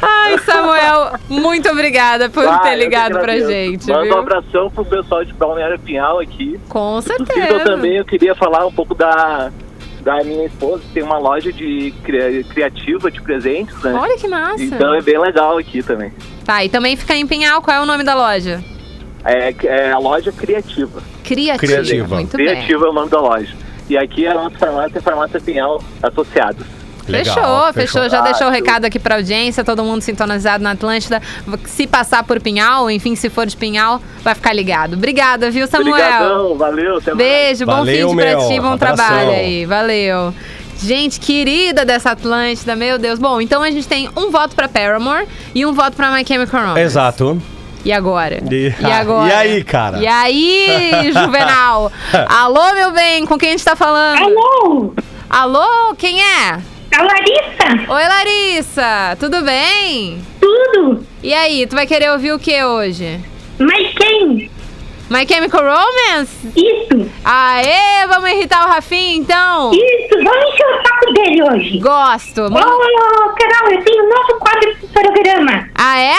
Ai, Samuel, muito obrigada por
Bah,
ter
eu que
ligado pra
agradeço.
gente.
Manda um
Viu?
abração pro pessoal de Balneário Pinhal aqui.
Com
Se possível
certeza.
também, eu queria falar um pouco da, da minha esposa, que tem uma loja de cria- criativa de presentes, né?
Olha que massa.
Então é bem legal aqui também.
Tá, e também fica em Pinhal, qual é o nome da loja?
É, é a loja criativa.
Criativa.
Criativa.
Muito bem.
criativa é o nome da loja. E aqui é a nossa farmácia, é a farmácia Pinhal Associados.
Legal,
fechou, fechou. Já
Ah,
deixou o
show.
recado aqui pra audiência, todo mundo sintonizado na Atlântida. Se passar por Pinhal, enfim, se for de Pinhal, vai ficar ligado. Obrigada, viu, Samuel?
Obrigadão, valeu, até mais.
Beijo, bom
Valeu,
fim de pra
meu.
ti, bom
Abração.
trabalho aí. Valeu. Gente querida dessa Atlântida, meu Deus. Bom, então a gente tem um voto pra Paramore e um voto pra My Chemical Romance.
Exato.
E agora?
*laughs* E-
agora?
E aí, cara?
E
*laughs*
aí, Juvenal? Alô, meu bem, com quem a gente tá falando?
Alô,
Alô, quem é?
a Larissa,
Oi, Larissa, tudo bem?
tudo?
E aí, tu vai querer ouvir o que hoje?
Mas quem?
My Chemical Romance?
Isso,
Aê, vamos irritar o Rafinha, então?
isso, vamos encher o saco dele hoje.
Gosto.
Ô, Carol, eu tenho um novo quadro pro programa.
Ah, é?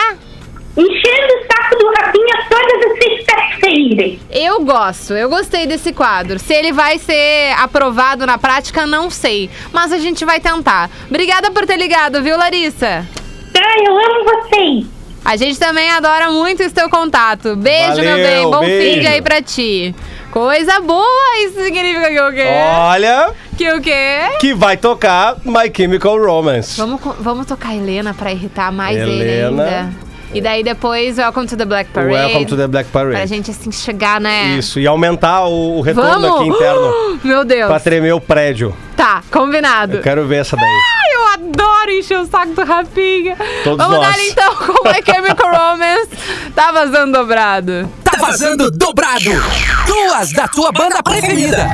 Enchendo o saco do Rafinha todas as sextas-feiras.
Eu gosto, eu gostei desse quadro. Se ele vai ser aprovado na prática, não sei. Mas a gente vai tentar. Obrigada por ter ligado, viu, Larissa?
Tá, eu amo vocês.
A gente também adora muito esse teu contato. Beijo, meu
Valeu,
bem. Bom
beijo.
fim de aí pra ti. Coisa boa, isso significa que o quê?
Olha,
Que o quê?
que vai tocar My Chemical Romance.
Vamos, co- vamos tocar a Helena pra irritar mais ele
Helena.
ainda. E daí depois, Welcome to the Black Parade.
Welcome to the Black
Pra
Parade.
gente, assim, chegar, né?
Isso, e aumentar o, o retorno
Vamos! Uh!
aqui
*gasps*
interno.
Meu Deus.
Pra tremer o prédio.
Tá, combinado.
Eu quero ver essa daí.
Ai, eu adoro encher o saco do Rapinha.
Todos
Vamos
nós.
dar então como
*laughs*
é que é Chemical Romance tá vazando dobrado.
Tá vazando dobrado. Duas da tua banda preferida.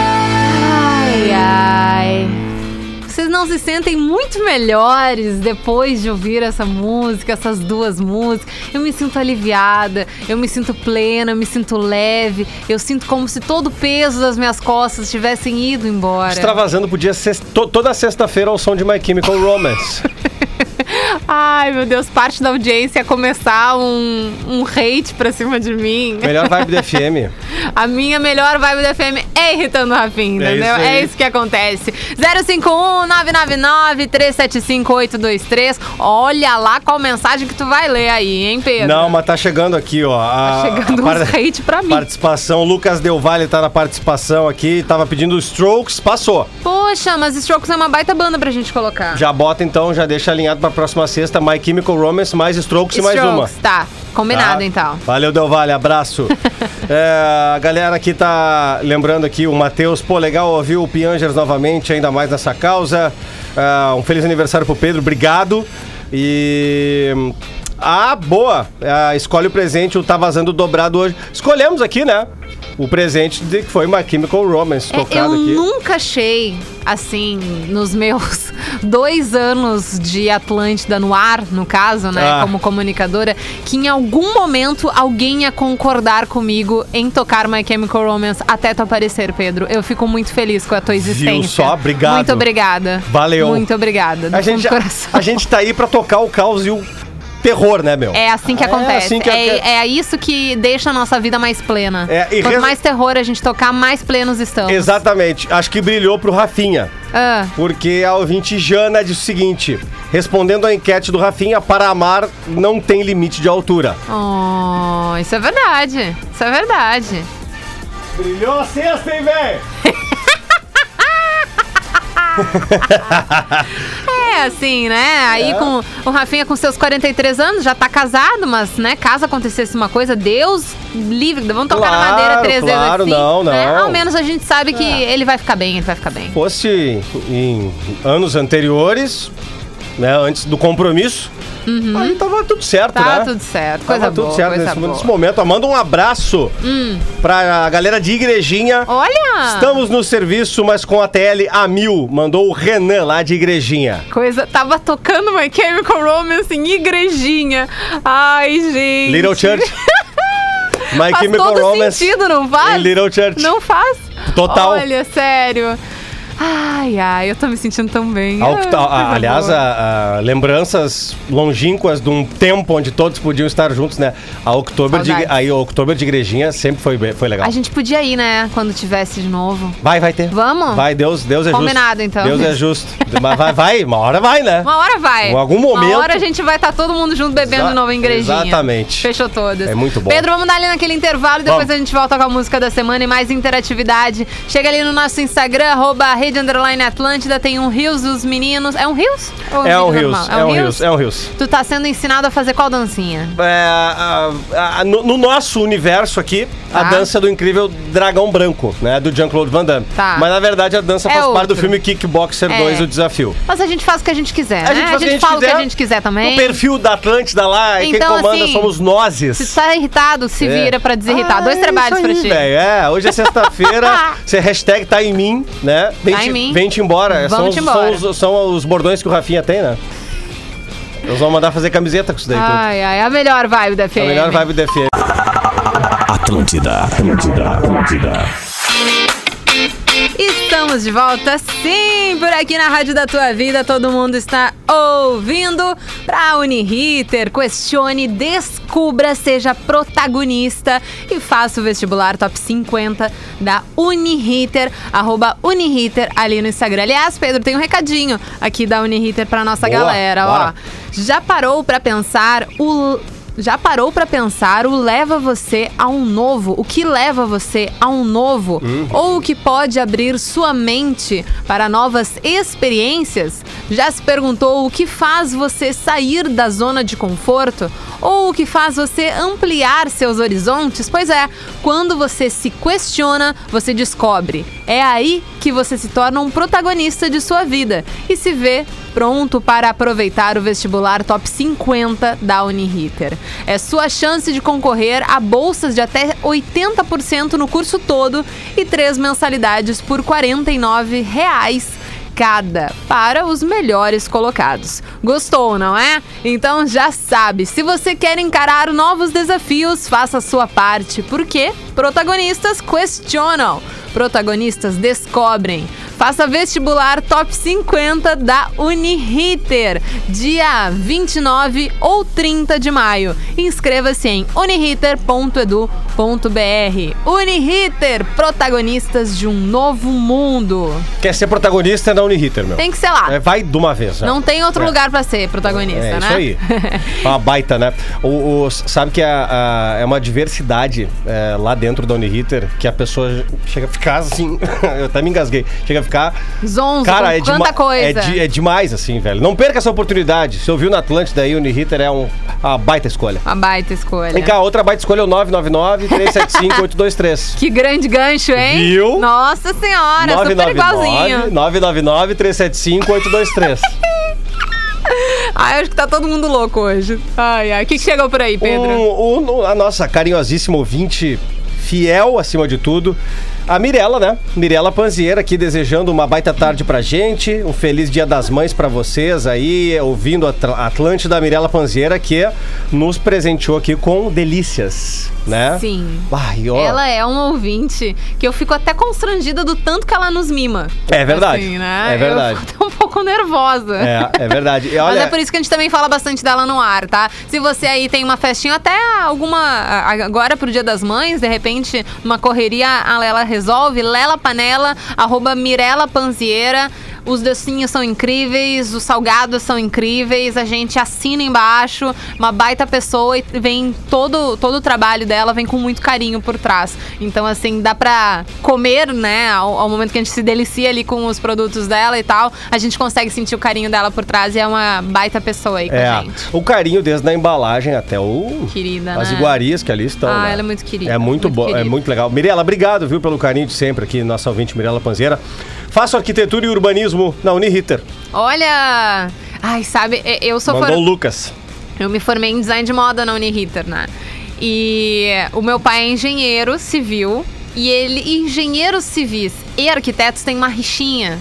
Ai, ai. Vocês não se sentem muito melhores depois de ouvir essa música, essas duas músicas? Eu me sinto aliviada, eu me sinto plena, eu me sinto leve, eu sinto como se todo o peso das minhas costas tivessem ido embora.
Extravasando podia ser to- toda sexta-feira ao som de My Chemical
*laughs*
Romance.
Ai, meu Deus, parte da audiência começar um, um hate pra cima de mim.
Melhor vibe do FM.
A minha melhor vibe da FM é irritando o Rafinha,
É
entendeu?
isso aí.
É isso que acontece. 051-999-375823. Olha lá qual mensagem que tu vai ler aí, hein, Pedro?
Não, mas tá chegando aqui, ó. A,
Tá chegando
a
uns hate pra mim.
Participação. Lucas Del Valle tá na participação aqui. Tava pedindo Strokes, passou.
Poxa, mas Strokes é uma baita banda pra gente colocar.
Já bota então, já deixa alinhado pra próxima sexta. My Chemical Romance, mais Strokes, e mais uma.
Tá, combinado
Tá?
então.
Valeu, Del Valle, abraço.
*laughs*
É, a galera aqui tá lembrando aqui, o Matheus, pô, legal ouvir o Piangers novamente, ainda mais nessa causa. É, um feliz aniversário pro Pedro, obrigado. E. Ah, boa! É, escolhe o presente, o Tá Vazando Dobrado hoje. Escolhemos aqui, né? O presente de, que foi uma Chemical Romance
É, eu
tocado aqui.
nunca achei, assim, nos meus *laughs* dois anos de Atlântida no ar, no caso, né,
Ah.
como comunicadora, que em algum momento alguém ia concordar comigo em tocar My Chemical Romance até tu aparecer, Pedro. Eu fico muito feliz com a tua existência.
só? Obrigado.
Muito obrigada.
Valeu.
Muito obrigada. Do
A
fundo
gente,
do um coração.
a gente tá aí pra tocar o caos e o terror, né, meu?
É assim que
É
acontece. É,
assim que aque-
é isso que deixa a nossa vida mais plena.
É, e
Quanto
res-
mais terror a gente tocar, mais plenos estamos.
Exatamente. Acho que brilhou pro Rafinha.
Ah.
Porque a ouvinte Jana disse o seguinte: respondendo à enquete do Rafinha, para amar não tem limite de altura.
Oh, isso é verdade. Isso é verdade.
Brilhou a sexta, hein, velho?
É, assim, né?
É.
Aí com o Rafinha com seus 43 anos, já tá casado, mas, né, caso acontecesse uma coisa, Deus livre, vamos tocar na
Claro,
madeira três
claro,
vezes assim.
não,
né?
não. É.
Ao menos a gente sabe que ele vai ficar bem, ele vai ficar bem.
Fosse em anos anteriores, né, antes do compromisso, aí tava tudo certo,
Tá
né?
Uhum. tudo certo, coisa
tava
boa,
tudo certo
coisa
nesse,
boa. Hum.
nesse momento. Ó, manda um abraço pra galera de Igrejinha.
Olha!
Estamos no serviço, mas com a TL a mil. Mandou o Renan lá de Igrejinha.
Coisa, tava tocando My Chemical Romance em igrejinha. Ai, gente.
Little
*laughs*
Church. My
Faz todo sentido, não faz?
em Little Church.
Não faz?
Total.
Olha, sério. Ai, ai, eu tô me sentindo tão bem.
Ao que
Ai,
tá-
coisa
a- aliás,
boa.
a- a lembranças longínquas de um tempo onde todos podiam estar juntos, né? A October, de,
Saudades.
aí, a October de Igrejinha sempre foi, bem- foi legal.
A gente podia ir, né, quando tivesse de novo.
Vai, vai ter.
Vamos?
Vai, Deus, Deus é
Combinado,
justo.
então.
Deus é justo. Mas vai, vai, uma hora vai, né?
Uma hora vai.
Em algum momento.
Uma hora a gente vai estar todo mundo junto bebendo
Exa-
de novo em igrejinha.
exatamente.
Fechou todas.
É muito bom.
Pedro, vamos dar ali naquele intervalo e depois
Vamos.
a gente volta com a música da semana e mais interatividade. Chega ali no nosso Instagram, arroba rede underline Atlântida, tem um rios dos meninos. É um rios? Ou
É um
vídeo
rios,
normal?
é um rios, é um rios.
Tu tá sendo ensinado a fazer qual dancinha?
É, a- a- a- no, no nosso universo aqui, a
Tá.
dança do incrível Dragão Branco, né? Do Jean-Claude Van Damme.
Tá.
Mas na verdade a dança
É
faz parte do
outro.
filme Kickboxer
É.
2, O Desafio.
Mas a gente faz o que a gente quiser, né?
faz
fala o que a gente quiser também.
O perfil da Atlântida lá, e quem
Então,
comanda
assim,
somos nozes.
Se tu tá irritado, se
É.
vira pra desirritar.
Ah,
Dois
é
trabalhos
isso
pra
aí,
ti.
velho. É, hoje
*laughs*
é sexta-feira, você hashtag tá em mim, né? Vem
Tá
te,
em mim.
Vem te embora.
Vamos
são, os-
te embora.
São, os, são os bordões que o Rafinha tem, né? Eles vão mandar fazer camiseta com isso daí tudo.
Ai, ai, a melhor vibe da FM.
A melhor vibe do FM.
Atlântida, Atlântida, Atlântida.
Estão Estamos de volta sim por aqui na Rádio da Tua Vida. Todo mundo está ouvindo para Uniriter. Questione, descubra, seja protagonista e faça o vestibular top 50 da Uniriter, arroba Uniriter ali no Instagram. Aliás, Pedro, tem um recadinho aqui da Uniriter para nossa
Boa,
galera,
bora.
ó. Já parou pra pensar o já parou pra pensar o leva você a um novo? O que leva você a um novo? Ou o que pode abrir sua mente para novas experiências? Já se perguntou o que faz você sair da zona de conforto? Ou o que faz você ampliar seus horizontes? Pois é, quando você se questiona, você descobre. É aí que você se torna um protagonista de sua vida e se vê pronto para aproveitar o vestibular top 50 da Uniriter. É sua chance de concorrer a bolsas de até 80% no curso todo e três mensalidades por R$ 49 reais cada para os melhores colocados. Gostou, não é? Então já sabe, se você quer encarar novos desafios, faça a sua parte, porque protagonistas questionam, protagonistas descobrem. Faça vestibular top 50 da Uniriter, dia 29 ou 30 de maio. Inscreva-se em uniriter.edu.br. Uniriter, protagonistas de um novo mundo.
Quer ser protagonista é da Uniriter, meu.
Tem que ser lá.
É, vai de uma vez. né?
Não tem outro
É.
lugar pra ser protagonista,
É
né?
isso aí. uma baita, né? O, o- sabe que a- a- é uma diversidade é, lá dentro da Uniriter que a pessoa chega a ficar assim. *laughs* eu até me engasguei. Chega a ficar.
Zonzo, com
é
quanta
dema-
coisa.
É, de- é demais, assim, velho. Não perca essa oportunidade. Se ouviu na Atlântida aí, Uniriter é um, uma baita escolha.
*laughs* Uma baita escolha.
Vem cá, outra baita escolha é o 999-375-823.
Que grande gancho, hein?
Viu?
Nossa senhora, super igualzinho.
999-375-823.
Ai, acho que tá todo mundo louco hoje. Ai, ai. O que, que chegou por aí, Pedro?
Um, um- a nossa carinhosíssima ouvinte, fiel acima de tudo. A Mirella, né? Mirella Panziera aqui desejando uma baita tarde pra gente, um feliz dia das mães pra vocês aí, ouvindo a Atl- Atlântida Mirella Panziera que nos presenteou aqui com delícias, né?
Sim.
Ai, ó,
Ela é uma ouvinte que eu fico até constrangida do tanto que ela nos mima.
É verdade.
Assim, né?
É verdade.
Eu fico até um pouco nervosa.
É, é verdade. E
*laughs* Mas
olha,
é por isso que a gente também fala bastante dela no ar, tá? Se você aí tem uma festinha, até alguma. a- Agora pro Dia das Mães, de repente, uma correria, a Lela resolve, Lela Panela, arroba Mirella Panziera. Os docinhos são incríveis, os salgados são incríveis, a gente assina embaixo, uma baita pessoa e vem todo, todo o trabalho dela vem com muito carinho por trás. Então, assim, dá pra comer, né? Ao, ao momento que a gente se delicia ali com os produtos dela e tal, a gente consegue sentir o carinho dela por trás e é uma baita pessoa aí com a
é,
gente.
o carinho desde a embalagem até o
Querida,
as
né?
iguarias que ali estão.
Ah,
né?
ela é muito querida,
É muito,
muito
boa, é
querida.
muito legal. Mirela, obrigado, viu, pelo carinho de sempre aqui, nossa ouvinte Mirela Panzeira. Faço arquitetura e urbanismo na Uniriter.
Olha! Ai, sabe, e- eu sou
Mandou o
for...
Lucas.
Eu me formei em design de moda na Uniriter, né? E o meu pai é engenheiro civil e ele e engenheiros civis e arquitetos têm uma rixinha.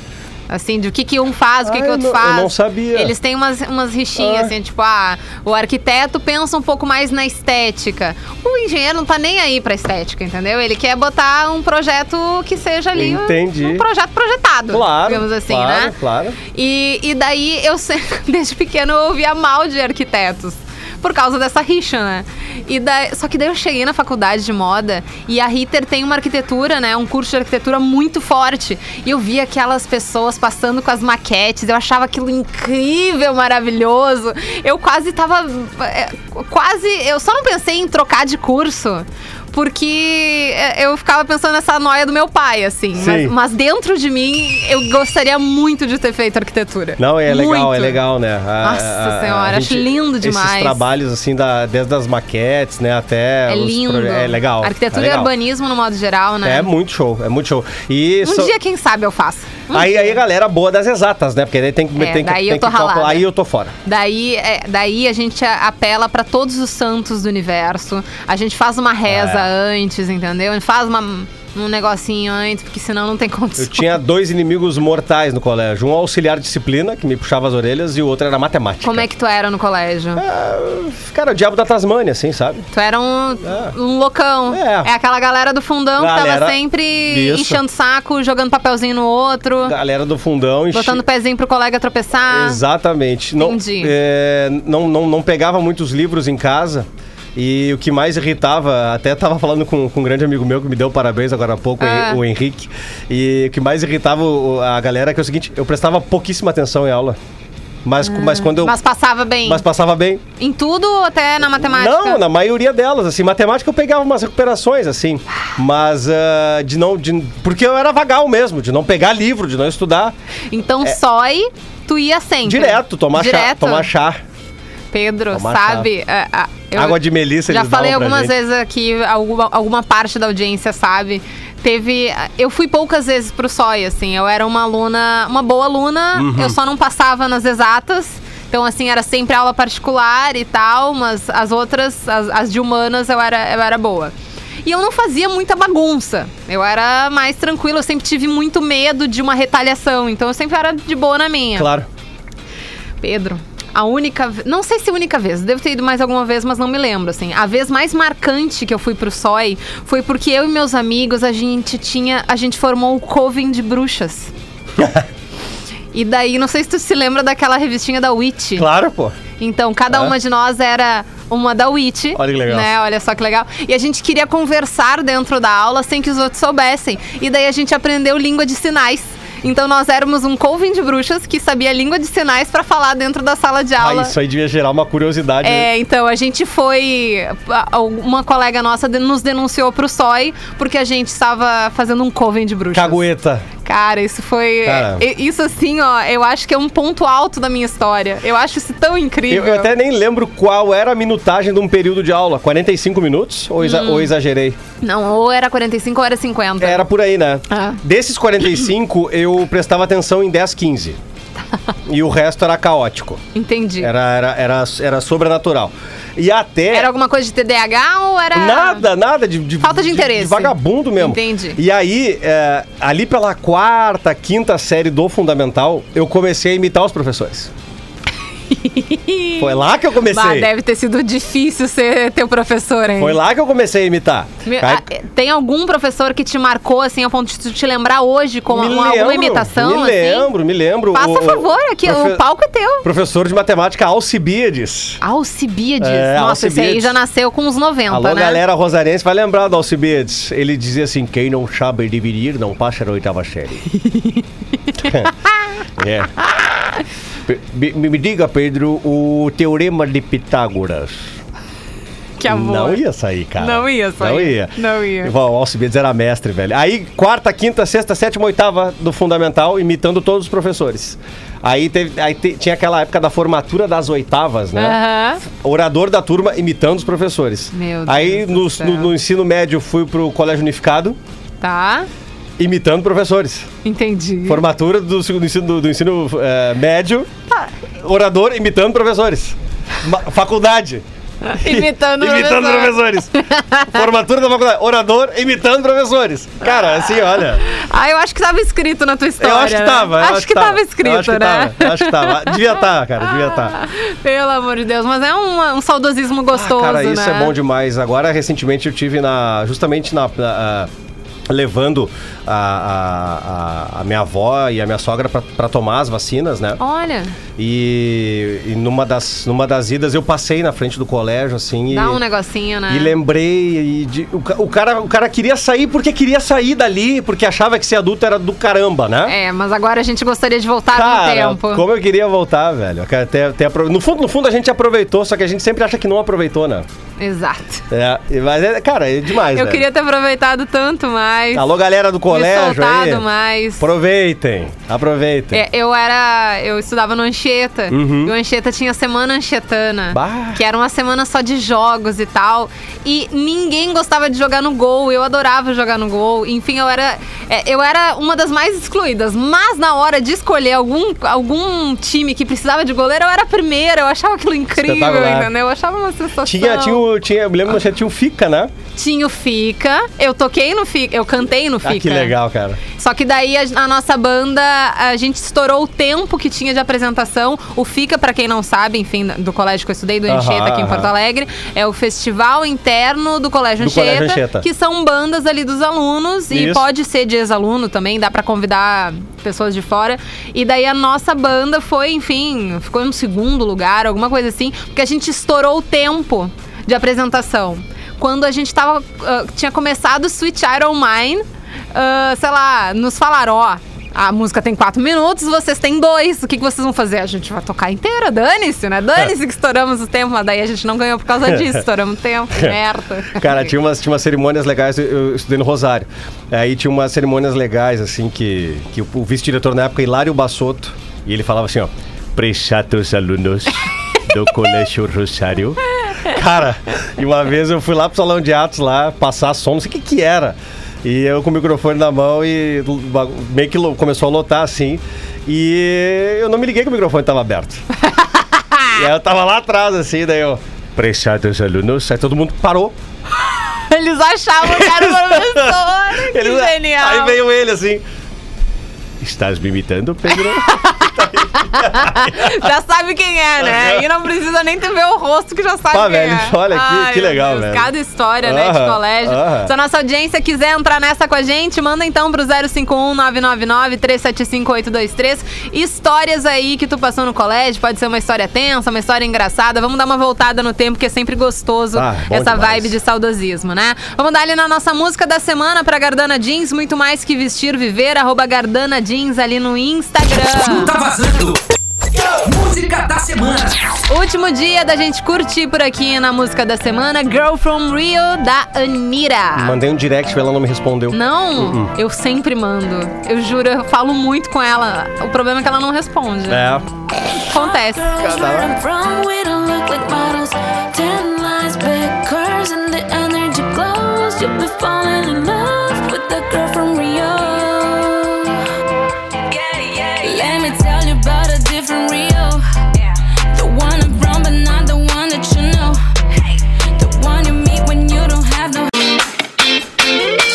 Assim, de o que, que um faz, o que,
Ah,
que o
eu
outro
não- eu
faz.
não sabia.
Eles têm umas, umas rixinhas,
Ah.
assim, tipo, ah, o arquiteto pensa um pouco mais na estética. O engenheiro não tá nem aí pra estética, entendeu? Ele quer botar um projeto que seja ali um-
Entendi.
um projeto projetado,
Claro.
digamos assim,
claro,
né?
Claro.
E, e daí eu sempre, *laughs* desde pequeno, eu ouvia mal de arquitetos. Por causa dessa rixa, né? E daí, só que daí eu cheguei na faculdade de moda e a Ritter tem uma arquitetura, né? Um curso de arquitetura muito forte. E eu via aquelas pessoas passando com as maquetes, eu achava aquilo incrível, maravilhoso. Eu quase tava. é, Quase. Eu só não pensei em trocar de curso. Porque é, eu ficava pensando nessa noia do meu pai, assim.
Sim.
Mas, mas dentro de mim, eu gostaria muito de ter feito arquitetura.
Não, é legal,
Muito.
é legal, né? A-
Nossa senhora, acho lindo
Esses
demais.
trabalhos, assim, da, desde as maquetes, né, até...
É
os
lindo.
proje- É legal.
Arquitetura
é legal.
e urbanismo, no modo geral, né?
É muito show, é muito show. E
um
só-
dia, quem sabe, eu faço. Um
aí,
dia.
aí a galera boa das exatas, né? Porque daí tem que...
É,
tem que-
daí eu
tem
tô
que calcular.
ralada.
Aí eu tô fora.
Daí, é, daí a gente a- apela pra
É.
todos os santos do universo. A gente faz uma reza antes, entendeu? A gente faz uma, um negocinho antes, porque senão não tem condição.
Eu tinha dois inimigos mortais no colégio. Um auxiliar de disciplina, que me puxava as orelhas, e o outro era matemática.
Como é que tu era no colégio?
É. Cara, o diabo da Tasmânia, assim, sabe?
Tu era um, um loucão.
É.
É. aquela galera do fundão que
Galera-
tava sempre
Isso.
enchendo saco, jogando papelzinho no outro,
Galera do fundão. enchi-
Ah. botando o pezinho pro colega tropeçar.
Exatamente. Não,
Entendi.
é, não, não, não pegava muitos livros em casa. E o que mais irritava, até tava falando com, com um grande amigo meu que me deu parabéns agora há pouco, o Hen-
Ah.
o Henrique. E o que mais irritava o- a galera é que é o seguinte, eu prestava pouquíssima atenção em aula. Mas, mas quando eu.
Hum. Mas
Mas,
passava bem.
passava bem.
Em tudo ou até na matemática?
Não, na maioria delas, assim, matemática eu pegava umas recuperações, assim. Mas ah, de não. De, porque eu era vagal mesmo, de não pegar livro, de não estudar.
Então sói, tu ia sempre.
É. Direto, tomar chá.
Direto. Tá.
Tomar chá.
Pedro,
Tomar
sabe? é, é, eu
Água de melissa
Já
eles davam
falei
pra
algumas
gente.
vezes aqui, alguma, alguma parte da audiência sabe. Teve. Eu fui poucas vezes pro SOI, assim. Eu era uma aluna, uma boa aluna,
Uhum.
eu só não passava nas exatas. Então, assim, era sempre aula particular e tal, mas as outras, as, as de humanas, eu era, eu era boa. E eu não fazia muita bagunça. Eu era mais tranquila, eu sempre tive muito medo de uma retaliação. Então, eu sempre era de boa na minha.
Claro.
Pedro, a única, ve- não sei se é a única vez, devo ter ido mais alguma vez, mas não me lembro assim. A vez mais marcante que eu fui pro SOI foi porque eu e meus amigos a gente tinha, a gente formou o Coven de Bruxas. E daí, não sei se tu se lembra daquela revistinha da Witch.
Claro, pô.
Então, cada
É.
uma de nós era uma da WIT.
Olha que legal.
Né? Olha só que legal. E a gente queria conversar dentro da aula sem que os outros soubessem. E daí a gente aprendeu língua de sinais. Então nós éramos um coven de bruxas que sabia língua de sinais pra falar dentro da sala de
Ah,
aula.
isso aí devia gerar uma curiosidade. né?
É, então a gente foi. a- Uma colega nossa de- nos denunciou pro SOI porque a gente estava fazendo um coven de bruxas.
Cagueta.
Cara, isso foi.
Cara.
e- Isso assim, ó, eu acho que é um ponto alto da minha história. Eu acho isso tão incrível.
Eu, eu até nem lembro qual era a minutagem de um período de aula. 45 minutos? Ou,
Hum.
exa- ou exagerei?
Não, ou era 45 ou era 50.
Era por aí, né?
Tá. Ah.
Desses 45, eu prestava atenção em 10,
*laughs*
15. E o resto era caótico.
Entendi. Era,
Era, era, era, era sobrenatural. E até.
alguma coisa de TDAH ou era.
Nada, nada de, de-
tá- Falta de interesse.
vagabundo mesmo.
Entendi.
E aí, é, ali pela quarta, quinta série do Fundamental, eu comecei a imitar
*laughs*
os professores. Foi lá que eu comecei.
Bah, deve ter sido difícil ser teu professor, hein?
Foi lá que eu comecei a imitar.
Me-
Aí-
ah, Tem algum professor que te marcou, assim, a ponto de tu te lembrar hoje com
Me
uma- alguma
lembro,
imitação?
Me lembro, me lembro.
Assim? Faça
O-
favor, aqui,
profe-
o palco é teu.
Professor de matemática Alcibiades.
Alcibiades.
É,
Nossa, esse aí
Alcibiades.
já nasceu com uns 90,
Alô,
né?
galera rosarense, vai lembrar do Alcibiades. Ele dizia assim: quem não sabe dividir não passa na oitava
*laughs*
série. *laughs* é. Pe- Me, me diga, Pedro, o teorema de Pitágoras.
Que amor.
Não ia sair, cara.
Não ia sair.
Não ia.
Não ia.
Bom, o Alcibiades era mestre, velho. Aí, quarta, quinta, sexta, sétima, oitava do Fundamental, imitando todos os professores. Aí, teve, aí te- tinha aquela época da formatura das oitavas, né?
Aham.
orador da turma imitando os professores.
Meu Deus
Aí
do
no,
céu.
no- no ensino médio fui pro colégio unificado
Tá,
imitando professores.
entendi.
Formatura do, seg- do ensino, do, do ensino eh, médio,
Ah.
orador imitando professores. Ma- faculdade.
*laughs* Imitando o
imitando
professor. *laughs*
professores. Formatura da faculdade. Orador imitando professores. Cara, assim, olha.
Ah, eu acho que tava escrito na tua história.
Eu acho que
né?
tava. eu
Acho, que tava,
tava, eu
escrito,
acho que
né?
tava, eu acho que tava. Devia estar, cara. Devia tá. estar.
Ah, Pelo amor de Deus, mas é um, um saudosismo gostoso,
Cara, isso
né?
é bom demais. Agora, recentemente, eu tive na. Justamente na. na- a- levando a, a- a- a minha avó e a minha sogra para tomar as vacinas, né?
Olha,
E, e numa, das, numa das idas eu passei na frente do colégio, assim.
dá
e,
um negocinho, né?
e lembrei e de- o, ca- o cara, o cara queria sair porque queria sair dali, porque achava que ser adulto era do caramba, né?
É, mas agora a gente gostaria de voltar
Cara,
no tempo.
como eu queria voltar, velho. Eu quero Até, até apro- no, fundo, no fundo, a gente aproveitou, só que a gente sempre acha que não aproveitou, né?
Exato.
É, e- mas, é, cara, é Tá demais,
Eu
né?
queria ter aproveitado tanto mais.
Alô, galera do colégio aí.
soltado mais.
Aproveitem, aproveitem.
É, eu era. Eu estudava no Anchieta. E o Anchieta tinha a Semana Anchetana.
Uhum. Bah.
Que era uma semana só de jogos e tal. E ninguém gostava de jogar no gol. Eu adorava jogar no gol. Enfim, eu era. é, eu era uma das mais excluídas. Mas na hora de escolher algum, algum time que precisava de goleiro, eu era a primeira. Eu achava aquilo incrível,
Espetacular.
entendeu? Eu achava uma sensação.
Tinha, tinha o o. Tinha, eu me lembro que você tinha o Fica, né?
Tinha o Fica. Eu toquei no Fica. Eu cantei no Fica.
Ah, que legal, cara.
Só que daí a, a nossa banda, a gente estourou o tempo que tinha de apresentação. O FICA, pra quem não sabe, enfim, do colégio que eu estudei, do
Aham,
Anchieta, aqui em
aham.
Porto Alegre, é o festival interno do Colégio,
Do Colégio
Anchieta,
Anchieta.
que são bandas ali dos alunos, e
Isso.
pode ser de ex-aluno também, dá pra convidar pessoas de fora. E daí a nossa banda foi, enfim, ficou em um segundo lugar, alguma coisa assim, porque a gente estourou o tempo de apresentação. Quando a gente tava, ah, tinha começado Sweet Iron Mine, ah, sei lá, nos falaram, ó. A música tem quatro minutos, vocês têm dois. O que, que vocês vão fazer? A gente vai tocar inteira, dane-se, né?
É.
Dane-se que estouramos o tempo, mas daí a gente não ganhou por
*laughs*
causa disso, estouramos o tempo, que merda.
É. Cara, tinha umas, tinha umas cerimônias legais, eu- eu estudei no Rosário. Aí tinha umas cerimônias legais, assim, que, que o, o vice-diretor na época, Hilário Bassotto, e ele falava assim, ó, prechatos alunos do Colégio Rosário. Cara, e uma vez eu fui lá pro salão de atos lá, passar som, não sei o que que era. E eu com o microfone na mão e o bagu- meio que lo- começou a lotar assim. E eu não me liguei que o microfone tava aberto. e aí eu tava lá atrás, assim, daí eu. Prechados alunos. Aí todo mundo parou.
Eles achavam que era professor. Que
Ele-
genial.
*laughs* Aí veio ele assim. Estás me imitando, Pedro?
*laughs* Já sabe quem é, né? E não precisa nem ter ver o rosto que já sabe
Pá,
quem
velho,
é.
olha que-
Ai,
que
meu
legal,
Deus,
velho.
Cada história, né, de
Aham,
colégio.
aham.
Se a nossa audiência quiser entrar nessa com a gente, manda então pro 051-999-375-823. Histórias aí que tu passou no colégio. Pode ser uma história tensa, uma história engraçada. Vamos dar uma voltada no tempo, que é sempre gostoso
Ah, bom
essa
demais.
vibe de saudosismo, né? Vamos dar ali na nossa música da semana pra Gardana Jeans. Muito mais que vestir, viver. Arroba Gardana Jeans ali no Instagram.
Tá vazando. Música da semana.
Último dia da gente curtir por aqui na música da semana, Girl from Rio da Anira.
*laughs* Mandei um direct, ela não me respondeu.
Não, eu sempre mando. Eu juro, eu falo muito com ela. O problema é que ela não responde.
É.
Acontece.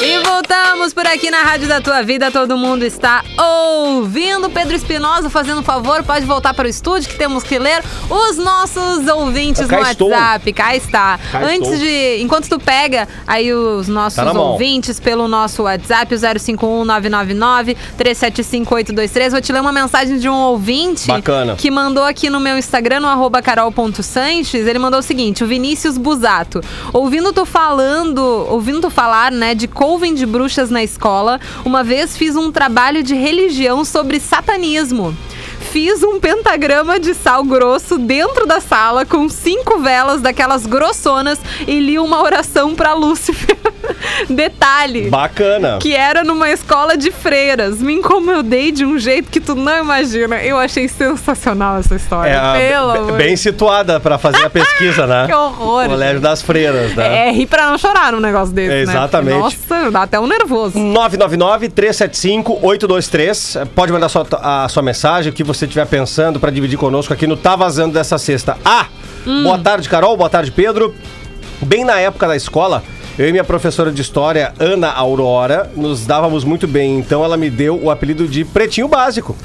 E voltamos por aqui na Rádio da Tua Vida. Todo mundo está ouvindo. Pedro Espinosa fazendo um favor, pode voltar para o estúdio que temos que ler os nossos ouvintes
Cá
no
estou.
WhatsApp. Cá está.
Cá
Antes
estou.
de. Enquanto tu pega aí os nossos
Tá na mão.
ouvintes pelo nosso WhatsApp, o 051-999-375823, vou te ler uma mensagem de um ouvinte
Bacana.
que mandou aqui no meu Instagram, no arroba carol.sanches, ele mandou o seguinte, o Vinícius Busato. Ouvindo tu falando, ouvindo tu falar, né, de coven de bruxas na escola, uma vez fiz um trabalho de religião sobre satanismo. Fiz um pentagrama de sal grosso dentro da sala com cinco velas daquelas grossonas e li uma oração pra Lúcifer. *laughs* Detalhe,
Bacana.
que era numa escola de freiras. Me incomodei de um jeito que tu não imagina. Eu achei sensacional essa história.
É, a-
Pelo
be-
amor.
bem situada pra fazer a pesquisa,
*laughs*
né?
Que horror,
Colégio das Freiras, né?
É, ri pra não chorar um negócio desse, né?
Exatamente.
Nossa, dá até um nervoso.
999-375-823. Pode mandar sua, a sua mensagem, o que você estiver pensando pra dividir conosco aqui no Tá Vazando dessa sexta. Ah!
Hum.
Boa tarde, Carol. Boa tarde, Pedro. Bem na época da escola, eu e minha professora de história, Ana Aurora, nos dávamos muito bem. Então ela me deu o apelido de
*laughs*
Pretinho Básico.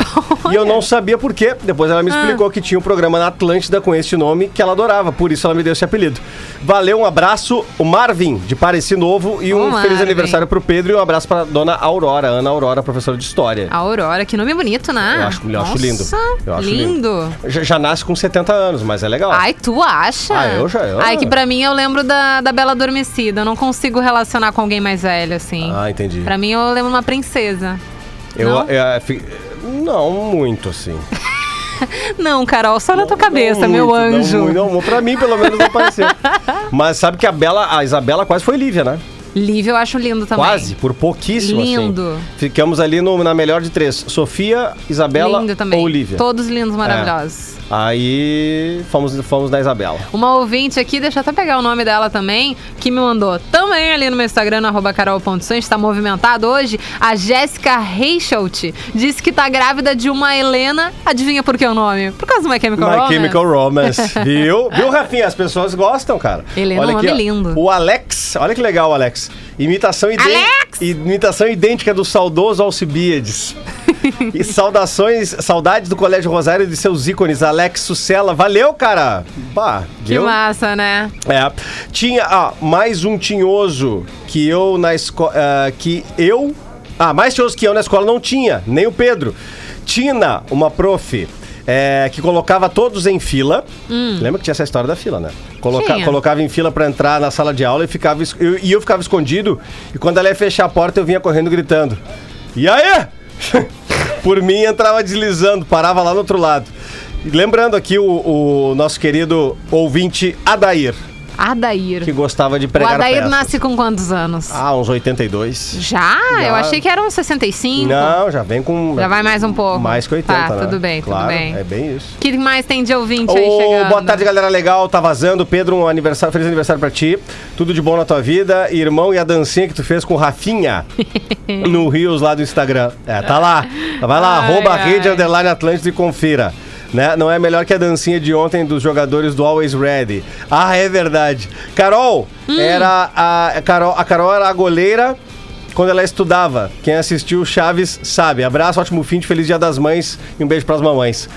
e eu não sabia por quê. Depois ela me
Ah.
explicou que tinha um programa na Atlântida com esse nome que ela adorava. Por isso ela me deu esse apelido. Valeu, um abraço, o Marvin, de Pareci Novo, e um
Ô,
feliz
Marvin.
aniversário pro Pedro e um abraço pra dona Aurora, Ana Aurora, professora de história.
A Aurora, que nome bonito, né?
Eu acho, eu acho lindo.
Ah, Nossa,
Eu acho
lindo.
Já, já nasce com 70 anos, mas é legal.
Ai, tu acha?
Ah, eu já- eu-
Ai, que pra mim eu lembro da, da Bela Adormecida. Eu não consigo relacionar com alguém mais velho, assim.
Ah, entendi.
Pra mim eu lembro uma princesa.
Eu,
Não?
eu- é, fi- não muito, assim.
Não, Carol, só na tua cabeça,
Não
meu
muito,
anjo. *laughs*
Não, muito, não, pra mim, pelo menos, não pareceu. Mas sabe que a Bela, a Isabela quase foi Lívia, né?
Lívia eu acho lindo também.
Quase, por pouquíssimo,
Lindo.
assim. Ficamos ali no- na melhor de três. Sofia, Isabela
Lindo também.
ou Olivia. É.
Todos lindos, maravilhosos.
Aí fomos, fomos na Isabela.
Uma ouvinte aqui, deixa eu até pegar o nome dela também, que me mandou também ali no meu Instagram, no arroba carol.santos, está movimentado hoje. A Jéssica Reichelt disse que tá grávida de uma Helena. Adivinha por que o nome? Por causa do My Chemical
My
Romance.
Chemical Romance,
*laughs*
viu? viu, Rafinha? As pessoas gostam, cara.
Helena é um
aqui,
nome
ó.
lindo.
O Alex, olha que legal, Alex. Imitação, idê-
Alex!
imitação idêntica do saudoso Alcibiades.
*laughs*
e saudações, saudades do Colégio Rosário e de seus ícones, Alex Sucela. Valeu, cara! Bah,
Que
viu?
massa, né?
É. Tinha, ah, mais um tinhoso que eu na escola. que eu. Ah, mais tinhoso que eu na escola não tinha, nem o Pedro. Tina, uma prof. é, que colocava todos em fila. Lembra que tinha essa história da fila, né? Coloca-
Tinha.
colocava em fila pra entrar na sala de aula e, ficava, es- eu- e eu ficava escondido. E quando ela ia fechar a porta, eu vinha correndo gritando. E aí? *laughs* Por mim, entrava deslizando, parava lá no outro lado. E lembrando aqui o, o nosso querido ouvinte Adair
Adair.
que gostava de
o
pregar
Adair
peças.
nasce com quantos anos?
Ah, uns 82.
Já? Eu
Já.
achei que eram 65.
Não, já vem com...
Então. Já vai mais um pouco.
Mais que 80,
Tá,
né?
tudo bem, tudo
Claro,
bem.
é bem isso.
O que mais tem de ouvinte aí
Ô,
chegando?
boa tarde, galera legal. Tá vazando. Pedro, um aniversário, feliz aniversário pra ti. Tudo de bom na tua vida. Irmão, e a dancinha que tu fez com o Rafinha no Rios lá do Instagram. É, tá lá. Vai lá,
Ai,
arroba
ai.
rede underline Atlântida e confira. Né? Não é melhor que a dancinha de ontem dos jogadores do Always Ready. Ah, é verdade. Carol,
Hum.
era a, a Carol, a Carol era a goleira quando ela estudava. Quem assistiu Chaves sabe. Abraço, ótimo fim de Feliz Dia das Mães e um beijo pras mamães.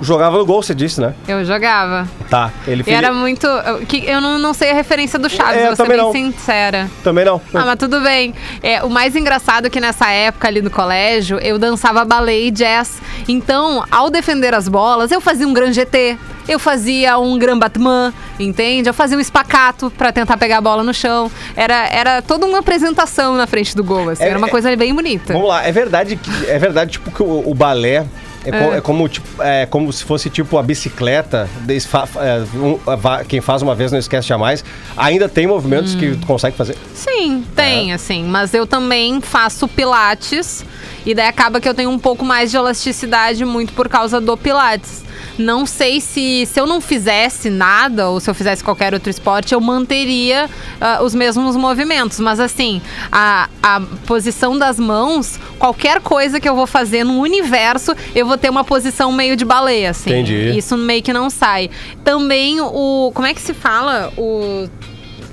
Jogava no gol, você disse, né?
Eu jogava.
Tá, ele
E
fez.
era muito. eu- que- Eu não, não sei a referência do Chaves,
É, eu
vou ser
também
bem
não.
sincera.
Também não.
Ah, mas tudo bem. É, o mais engraçado é que nessa época ali no colégio, eu dançava ballet e jazz. Então, ao defender as bolas, eu fazia um gran GT, eu fazia um gran Batman, entende? Eu fazia um espacato pra tentar pegar a bola no chão. Era, era toda uma apresentação na frente do gol, assim.
É,
era uma
é-
coisa bem bonita.
Vamos lá, é verdade, que- é verdade, tipo, que o, o balé. É, co- é como, tipo, é como se fosse tipo a bicicleta, desfa- é, um- a va- quem faz uma vez não esquece jamais. Ainda tem movimentos que tu consegue fazer.
Hum. Sim, tem, assim. Mas eu também faço pilates. E daí acaba que eu tenho um pouco mais de elasticidade, muito por causa do pilates. Não sei se, se eu não fizesse nada, ou se eu fizesse qualquer outro esporte, eu manteria ah, os mesmos movimentos. Mas assim, a, a posição das mãos, qualquer coisa que eu vou fazer no universo, eu vou ter uma posição meio de baleia, assim.
Entendi.
Isso meio que não sai. Também o... Como é que se fala? O...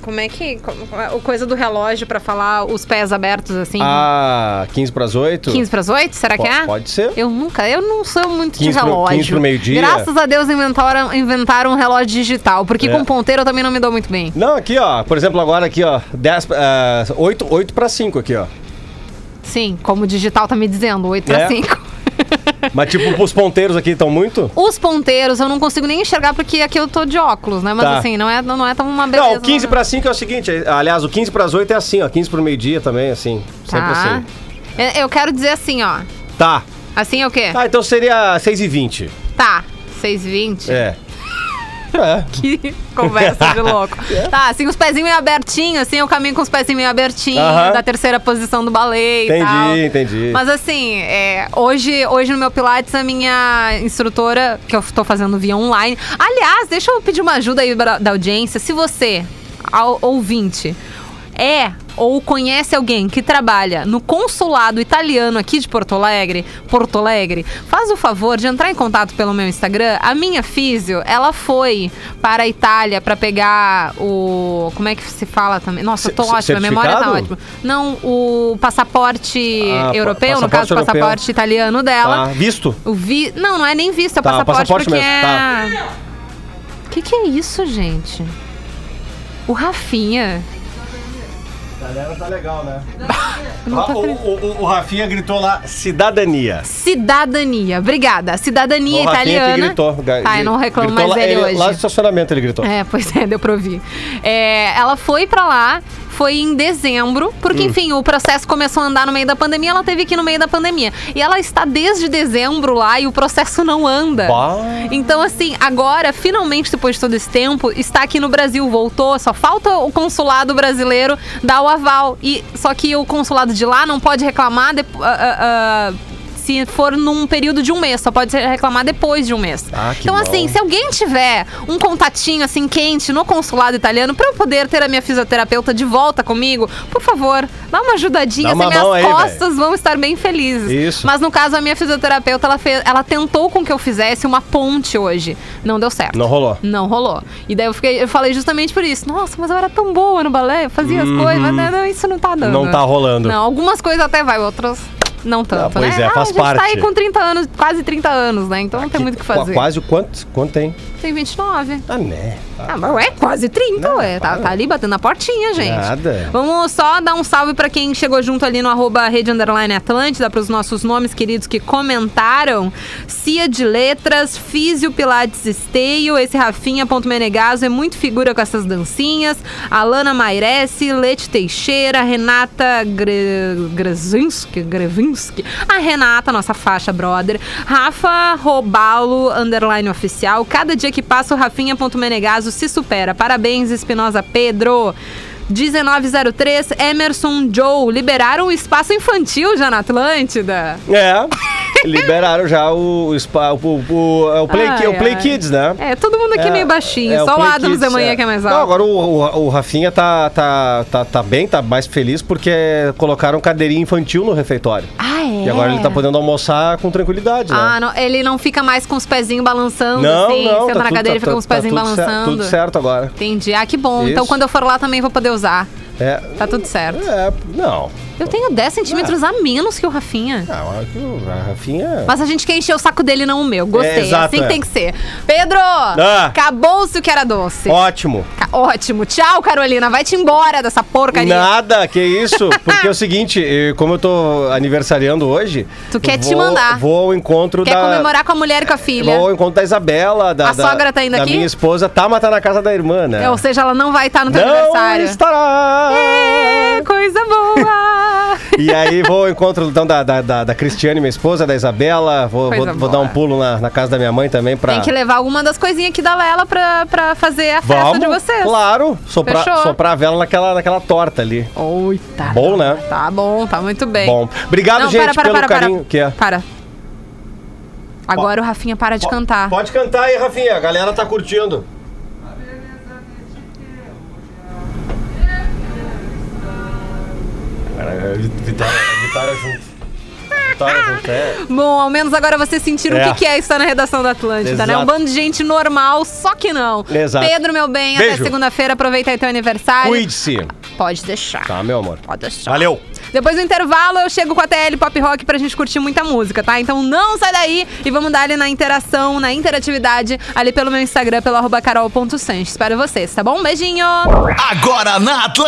Como é que. co- O coisa do relógio pra falar os pés abertos assim?
Ah, 15 para as 8?
15 pras 8? Será que
Po-
é?
pode ser.
Eu nunca, eu não sou muito
15
de
pro-
relógio.
15 pro meio-dia.
Graças a Deus inventaram, inventaram um relógio digital, porque
É.
com ponteiro eu também não me dou muito bem.
Não, aqui ó, por exemplo, agora aqui ó, 10, ah, 8, 8 para 5 aqui ó.
Sim, como o digital tá me dizendo, 8 pra
É.
5.
Mas tipo, os ponteiros aqui estão
*laughs*
muito?
Os ponteiros eu não consigo nem enxergar porque aqui eu tô de óculos, né? Mas
Tá.
assim, não é, não é tão uma beleza.
Não, o 15
não.
para 5 é o seguinte, é- aliás, o 15 para as 8 é assim ó, 15 para o meio-dia também, assim, sempre
Tá.
assim.
Eu, eu quero dizer assim, ó.
Tá,
Assim é o quê?
Ah, então seria 6 e 20
Tá, 6h20.
É.
Que *laughs* conversa de louco. Tá, assim, os pezinhos meio abertinhos, assim, eu caminho com os pezinhos meio abertinhos,
Aham.
da terceira posição do balé e
Entendi,
tal.
entendi.
Mas assim, é, hoje, hoje no meu Pilates, a minha instrutora, que eu tô fazendo via online. Aliás, deixa eu pedir uma ajuda aí pra- da audiência. Se você, ao- ouvinte, é ou conhece alguém que trabalha no consulado italiano aqui de Porto Alegre, Porto Alegre, faz o favor de entrar em contato pelo meu Instagram. A minha físio, ela foi para a Itália para pegar o como é que se fala também? Nossa, eu tô
C-
ótima, a memória tá
certificado?
ótima. Não, o passaporte
Ah,
europeu, no
passaporte
caso, o
europeu.
passaporte italiano dela.
Tá, visto?
O vi... Não, não é nem visto, é
Tá,
passaporte,
passaporte
porque
mesmo,
é.
tá.
O que, que é isso, gente? O Rafinha.
galera tá legal, né? o, o, o Rafinha gritou lá, cidadania.
Cidadania. Obrigada. Cidadania
o Rafinha
italiana.
que gritou. ga-
Tá, eu não reclamo
gritou
mais
lá,
dele
ele-
hoje.
Lá no estacionamento ele gritou.
É, pois é, deu pra ouvir. É, ela foi pra lá, foi em dezembro, porque, enfim, o processo começou a andar no meio da pandemia, ela teve que ir no meio da pandemia. E ela está desde dezembro lá e o processo não anda.
Bah.
Então, assim, agora, finalmente, depois de todo esse tempo, está aqui no Brasil, voltou, só falta o consulado brasileiro dar o aval. E, só que o consulado de lá não pode reclamar depo- ah, ah, ah, se for num período de um mês, só pode ser- reclamar depois de um mês.
Ah, que
então,
bom.
assim, se alguém tiver um contatinho assim quente no consulado italiano para eu poder ter a minha fisioterapeuta de volta comigo, por favor, dá uma ajudadinha,
Dá uma
assim, minhas
mão aí,
costas vão estar bem felizes.
Isso.
Mas no caso, a minha fisioterapeuta, ela, fez, ela tentou com que eu fizesse uma ponte hoje. Não deu certo.
Não rolou.
Não rolou. E daí eu, fiquei, eu falei justamente por isso. Nossa, mas eu era tão boa no balé, eu fazia as coisas, mas não, não, isso não tá dando.
Uhum. Não tá rolando.
Não, algumas coisas até vai, outras não tanto,
Ah, pois
né?
é,
Ah,
faz
a gente tá
parte. Ah,
aí com 30 anos, quase 30 anos, né? Então não tem muito o que fazer.
Quase o quanto? Quanto tem?
Tem 29.
Ah, né?
Ah, mas ué, quase 30,
Não,
ué. Tá,
para.
tá ali batendo na portinha, gente.
Nada.
Vamos só dar um salve pra quem chegou junto ali no arroba rede underline Atlântida, pros nossos nomes queridos que comentaram. Cia de Letras, Físio Pilates Esteio, esse Rafinha.menegaso é muito figura com essas dancinhas. Alana Mairesse, Lete Teixeira, Renata Gre... Grezinski, Grevinski, a Renata, nossa faixa brother, Rafa Robalo, underline oficial. Cada dia que passa, o Rafinha.menegaso se supera. Parabéns, Espinosa Pedro. 1903, Emerson Joe. Liberaram o espaço infantil já na Atlântida.
É. *laughs* Liberaram já o, o, spa- o, o- é o Play,
Ai,
Ki- o Play
ai.
Kids, né?
É, todo mundo aqui
É,
meio baixinho.
é, o
só o
Play
Adams
Kids,
da manhã que é mais alto.
Não, agora o, o, o Rafinha tá, tá, tá, tá bem, tá mais feliz porque colocaram cadeirinha infantil no refeitório.
Ah, é?
E agora ele tá podendo almoçar com tranquilidade, né?
Ah, não, ele não fica mais com os pezinhos balançando, assim, senta na
tá tudo-
cadeira e fica com os pezinhos
tudo cer-
balançando.
tudo certo agora.
Entendi. Ah, que bom.
Isso.
Então quando eu for lá também vou poder usar.
É,
Tá tudo certo.
é, não.
Eu tenho
Ah.
10 centímetros a menos que o Rafinha.
Não, é que o- a Rafinha.
Mas a gente quer encher o saco dele, não o meu.
É,
Gostei.
exato,
assim que
é. Ah.
tem que ser. Pedro! Acabou-se o que era doce.
Ótimo.
Ca- Tá Ótimo. Tchau, Carolina. Vai-te embora dessa porcaria.
Nada,
*laughs*
que isso? Porque é o seguinte, eh, como eu tô aniversariando hoje.
Tu quer
eu
te
vou-
mandar.
Vou ao encontro
Quer
da.
comemorar com a mulher e
É
com a filha.
Vou ao encontro da Isabela, da.
A
da-
sogra tá ainda
da
aqui?
Minha esposa tá matando a casa da irmã, né?
É, Ou seja, ela não vai estar no teu
Não
aniversário.
estará!
É, coisa boa!
*laughs* E aí vou ao encontro então, da, da, da, da Cristiane, minha esposa, da Isabela. Vou,
Coisa
vou, vou
boa.
dar um pulo na, na casa da minha mãe também pra.
Tem que levar alguma das coisinhas aqui da Lela pra, pra fazer a festa
Vamos,
de vocês.
claro, soprar,
Fechou.
soprar a vela naquela, naquela torta ali.
Oita.
Bom, né?
Tá bom, tá muito bem.
Bom, obrigado,
Não,
gente,
para, para,
pelo
para,
carinho.
para.
Que é.
Para. Agora o Rafinha para de cantar.
Pode cantar aí, Rafinha. A galera tá curtindo. Cara, é Vitória, Vitória junto. Vitória junto, é.
Bom, ao menos agora vocês sentiram
É.
o que que é estar na redação da Atlântida,
Exato.
né? Um bando de gente normal, só que não.
Exato.
Pedro, meu bem,
Beijo.
até segunda-feira, aproveita aí teu aniversário.
Cuide-se.
Pode deixar.
Tá, meu amor.
Pode deixar.
Valeu.
Depois do intervalo, eu chego com a TL Pop Rock pra gente curtir muita música, tá? Então não sai daí e vamos dar ali na interação, na interatividade, ali pelo meu Instagram, pelo arroba carol.sanches. Espero vocês, tá bom? Beijinho!
Agora na Atlântida.